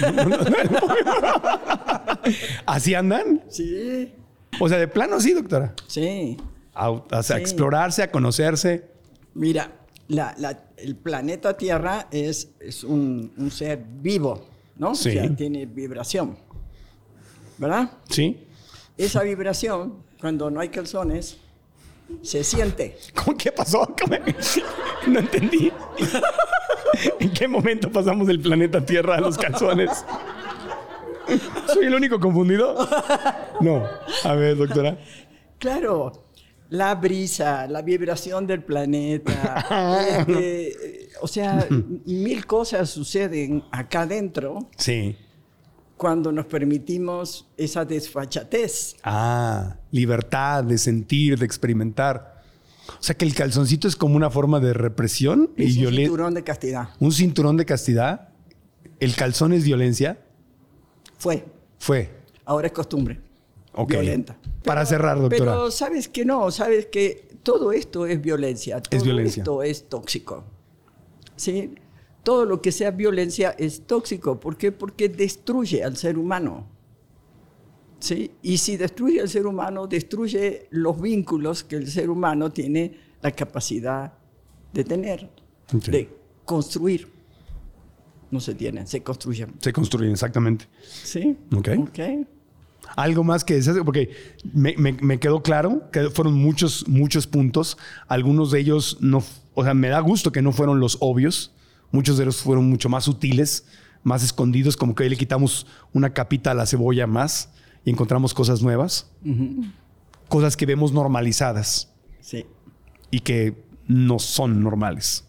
[SPEAKER 1] ¿Así andan?
[SPEAKER 2] sí,
[SPEAKER 1] O sea, de plano sí, doctora.
[SPEAKER 2] sí.
[SPEAKER 1] A, o sea, a
[SPEAKER 2] Sí.
[SPEAKER 1] explorarse, a conocerse.
[SPEAKER 2] Mira, la- la- el planeta Tierra es, es un, un ser vivo, ¿no?
[SPEAKER 1] Sí.
[SPEAKER 2] O sea, tiene vibración, ¿verdad?
[SPEAKER 1] ¿Sí?
[SPEAKER 2] Esa vibración, cuando no hay calzones, se siente.
[SPEAKER 1] ¿Cómo qué pasó? ¿Cómo? No entendí. ¿En qué momento pasamos del planeta Tierra a los calzones? ¿Soy el único confundido? No. A ver, doctora.
[SPEAKER 2] Claro, la brisa, la vibración del planeta. este, o sea, mil cosas suceden acá adentro
[SPEAKER 1] Sí.
[SPEAKER 2] cuando nos permitimos esa desfachatez.
[SPEAKER 1] Ah, libertad de sentir, de experimentar. O sea que el calzoncito es como una forma de represión y
[SPEAKER 2] Es un
[SPEAKER 1] violencia.
[SPEAKER 2] cinturón de castidad.
[SPEAKER 1] Un cinturón de castidad. El calzón es violencia.
[SPEAKER 2] Fue,
[SPEAKER 1] Fue.
[SPEAKER 2] ahora es costumbre.
[SPEAKER 1] Ok.
[SPEAKER 2] Violenta.
[SPEAKER 1] Para cerrar, doctora.
[SPEAKER 2] Pero sabes que no, sabes que todo esto es violencia. Todo
[SPEAKER 1] violencia.
[SPEAKER 2] Esto es tóxico. ¿Sí? Todo lo que sea violencia es tóxico. ¿Por qué? Porque destruye al ser humano. ¿Sí? Y si destruye al ser humano, destruye los vínculos que el ser humano tiene la capacidad de tener,
[SPEAKER 1] Ok.
[SPEAKER 2] de construir. No se tienen, se construyen.
[SPEAKER 1] Se construyen, exactamente.
[SPEAKER 2] ¿Sí?
[SPEAKER 1] Ok.
[SPEAKER 2] Ok.
[SPEAKER 1] Algo más que deseas, porque me, me- me quedó claro que fueron muchos, muchos puntos. Algunos de ellos no, f- o sea, me da gusto que no fueron los obvios. Muchos de ellos fueron mucho más sutiles, más escondidos, como que hoy le quitamos una capita a la cebolla más y encontramos cosas nuevas, cosas que vemos normalizadas
[SPEAKER 2] Sí.
[SPEAKER 1] y que no son normales.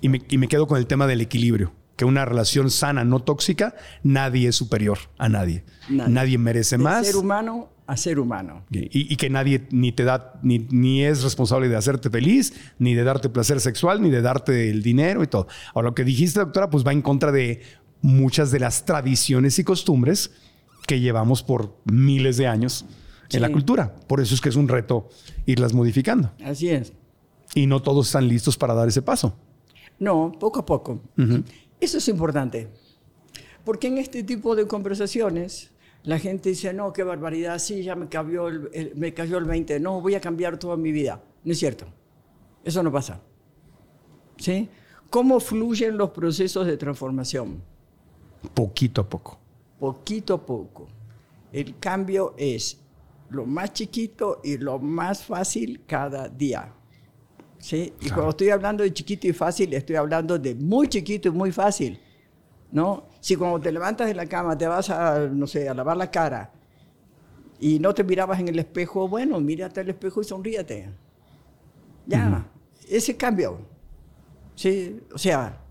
[SPEAKER 1] Y me, y me quedo con el tema del equilibrio, que una relación sana, no tóxica, nadie es superior a nadie. Nadie,
[SPEAKER 2] Nadie.
[SPEAKER 1] merece
[SPEAKER 2] De
[SPEAKER 1] más.
[SPEAKER 2] ser humano a ser humano.
[SPEAKER 1] Y, y que nadie ni te da, ni, ni es responsable de hacerte feliz, ni de darte placer sexual, ni de darte el dinero y todo. Ahora, lo que dijiste, doctora, pues va en contra de muchas de las tradiciones y costumbres que llevamos por miles de años en la
[SPEAKER 2] Sí.
[SPEAKER 1] cultura. Por eso es que es un reto irlas modificando.
[SPEAKER 2] Así es.
[SPEAKER 1] Y no todos están listos para dar ese paso.
[SPEAKER 2] No, poco a poco. Eso es importante. Porque en este tipo de conversaciones La gente dice, no, qué barbaridad, sí, ya me, cambió el- el- me cayó el 20, no, voy a cambiar toda mi vida. No es cierto. Eso no pasa. ¿Sí? ¿Cómo fluyen los procesos de transformación?
[SPEAKER 1] Poquito a poco.
[SPEAKER 2] Poquito a poco. El cambio es lo más chiquito y lo más fácil cada día. ¿Sí? Y cuando estoy hablando de chiquito y fácil, estoy hablando de muy chiquito y muy fácil. ¿No? Si cuando te levantas de la cama te vas a, no sé, a lavar la cara y no te mirabas en el espejo, bueno, mírate al espejo y sonríete. Ya, ese cambio. ¿Sí? O sea,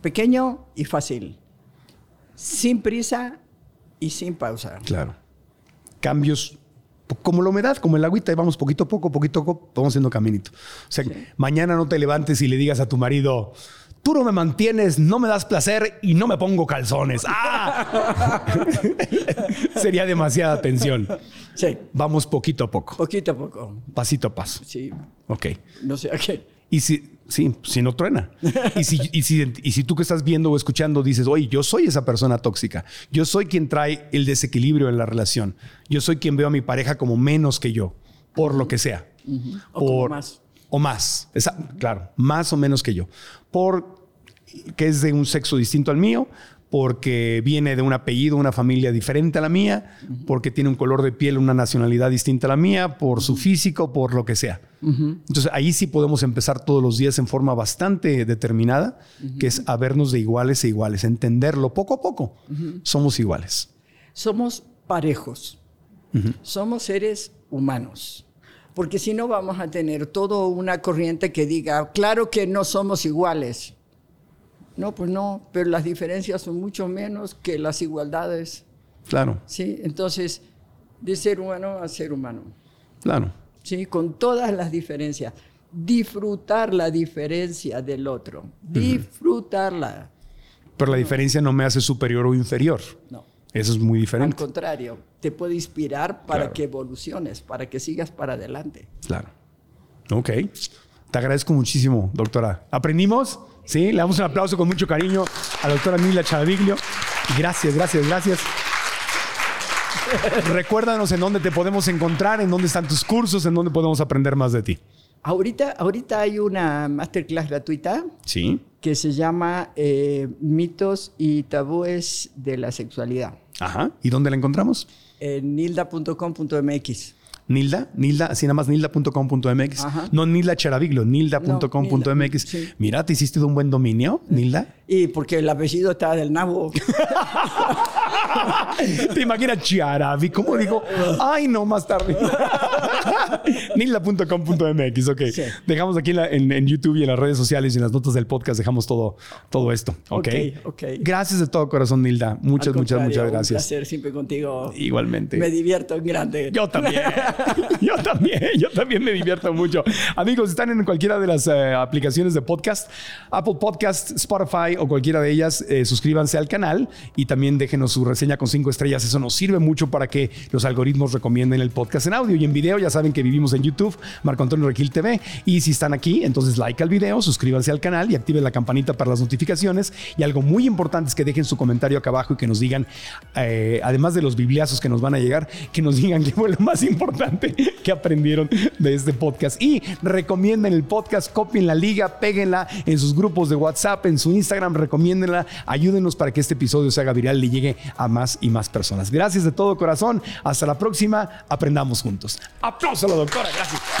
[SPEAKER 2] pequeño y fácil. Sin prisa y sin pausa.
[SPEAKER 1] Claro. Cambios po- como la humedad, como el agüita, y vamos poquito a poco, poquito a poco, vamos haciendo caminito. O sea, mañana no te levantes y le digas a tu marido, tú no me mantienes, no me das placer y no me pongo calzones. ¡Ah! Sería demasiada tensión.
[SPEAKER 2] Sí,
[SPEAKER 1] Vamos poquito a poco,
[SPEAKER 2] poquito a poco.
[SPEAKER 1] pasito a paso.
[SPEAKER 2] Sí,
[SPEAKER 1] Ok.
[SPEAKER 2] no sé a qué.
[SPEAKER 1] Y si, sí, si no truena. Y si, y, si, y si tú que estás viendo o escuchando dices, oye, yo soy esa persona tóxica. Yo soy quien trae el desequilibrio en la relación. Yo soy quien veo a mi pareja como menos que yo, por lo que sea.
[SPEAKER 2] O como más.
[SPEAKER 1] O más. Esa- claro, más o menos que yo. Por que es de un sexo distinto al mío, porque viene de un apellido, una familia diferente a la mía, porque tiene un color de piel, una nacionalidad distinta a la mía, por su físico, por lo que sea. Entonces ahí sí podemos empezar todos los días en forma bastante determinada, que es a vernos de iguales e iguales, entenderlo poco a poco. Somos iguales.
[SPEAKER 2] Somos parejos. Somos seres humanos. Porque si no vamos a tener toda una corriente que diga, claro que no somos iguales. No, pues no, pero las diferencias son mucho menos que las igualdades.
[SPEAKER 1] Claro,
[SPEAKER 2] ¿sí? Entonces, de ser humano a ser humano.
[SPEAKER 1] claro.
[SPEAKER 2] ¿sí? con todas las diferencias. Disfrutar la diferencia del otro. Disfrutarla.
[SPEAKER 1] Pero la diferencia no me hace superior o inferior.
[SPEAKER 2] No.
[SPEAKER 1] Eso es muy
[SPEAKER 2] Al
[SPEAKER 1] diferente.
[SPEAKER 2] contrario, te puede inspirar para
[SPEAKER 1] Claro.
[SPEAKER 2] que evoluciones, para que sigas para adelante.
[SPEAKER 1] Claro. Ok. Te agradezco muchísimo, doctora. ¿Aprendimos? Sí, le damos un aplauso con mucho cariño a la doctora Mila Chaviglio. Gracias, gracias, gracias. Recuérdanos en dónde te podemos encontrar, en dónde están tus cursos, en dónde podemos aprender más de ti.
[SPEAKER 2] Ahorita, ahorita hay una masterclass gratuita
[SPEAKER 1] Sí.
[SPEAKER 2] que se llama eh, Mitos y Tabúes de la Sexualidad
[SPEAKER 1] Ajá. ¿Y dónde la encontramos?
[SPEAKER 2] en nilda.com.mx.
[SPEAKER 1] Nilda, Nilda, así nada más, nilda.com.mx.
[SPEAKER 2] Ajá.
[SPEAKER 1] No Nilda Charaviglio,
[SPEAKER 2] No, Nilda,
[SPEAKER 1] nilda.com.mx.
[SPEAKER 2] sí.
[SPEAKER 1] Mira, te hiciste de un buen dominio, Nilda.
[SPEAKER 2] Y porque el apellido está del nabo.
[SPEAKER 1] ¿Te imaginas Chiaravi? ¿Cómo digo? Ay, no, más tarde. Nilda.com.mx, ok.
[SPEAKER 2] Sí.
[SPEAKER 1] Dejamos aquí en, la- en- en YouTube y en las redes sociales y en las notas del podcast, dejamos todo, todo esto, ok.
[SPEAKER 2] Ok, ok.
[SPEAKER 1] Gracias de todo corazón, Nilda. Muchas, muchas,
[SPEAKER 2] Al contrario,
[SPEAKER 1] muchas
[SPEAKER 2] Un
[SPEAKER 1] gracias.
[SPEAKER 2] placer siempre contigo.
[SPEAKER 1] Igualmente.
[SPEAKER 2] Me divierto en grande.
[SPEAKER 1] Yo también. Yo también. Yo también me divierto mucho. Amigos, están en cualquiera de las eh, aplicaciones de podcast, Apple Podcast, Spotify o cualquiera de ellas. eh, suscríbanse al canal y también déjenos su reseña con cinco estrellas. Eso nos sirve mucho para que los algoritmos recomienden el podcast en audio y en video. Ya saben que vivimos en YouTube, Marco Antonio Regil TV. Y si están aquí, entonces like al video, suscríbanse al canal y activen la campanita para las notificaciones. Y algo muy importante es que dejen su comentario acá abajo y que nos digan, eh, además de los bibliazos que nos van a llegar, que nos digan qué fue lo más importante que aprendieron de este podcast. Y recomienden el podcast, copien la liga, péguenla en sus grupos de WhatsApp, en su Instagram, recomiéndenla, ayúdenos para que este episodio se haga viral y llegue a más y más personas. Gracias de todo corazón. Hasta la próxima. Aprendamos juntos. Aplauso a la doctora. Gracias.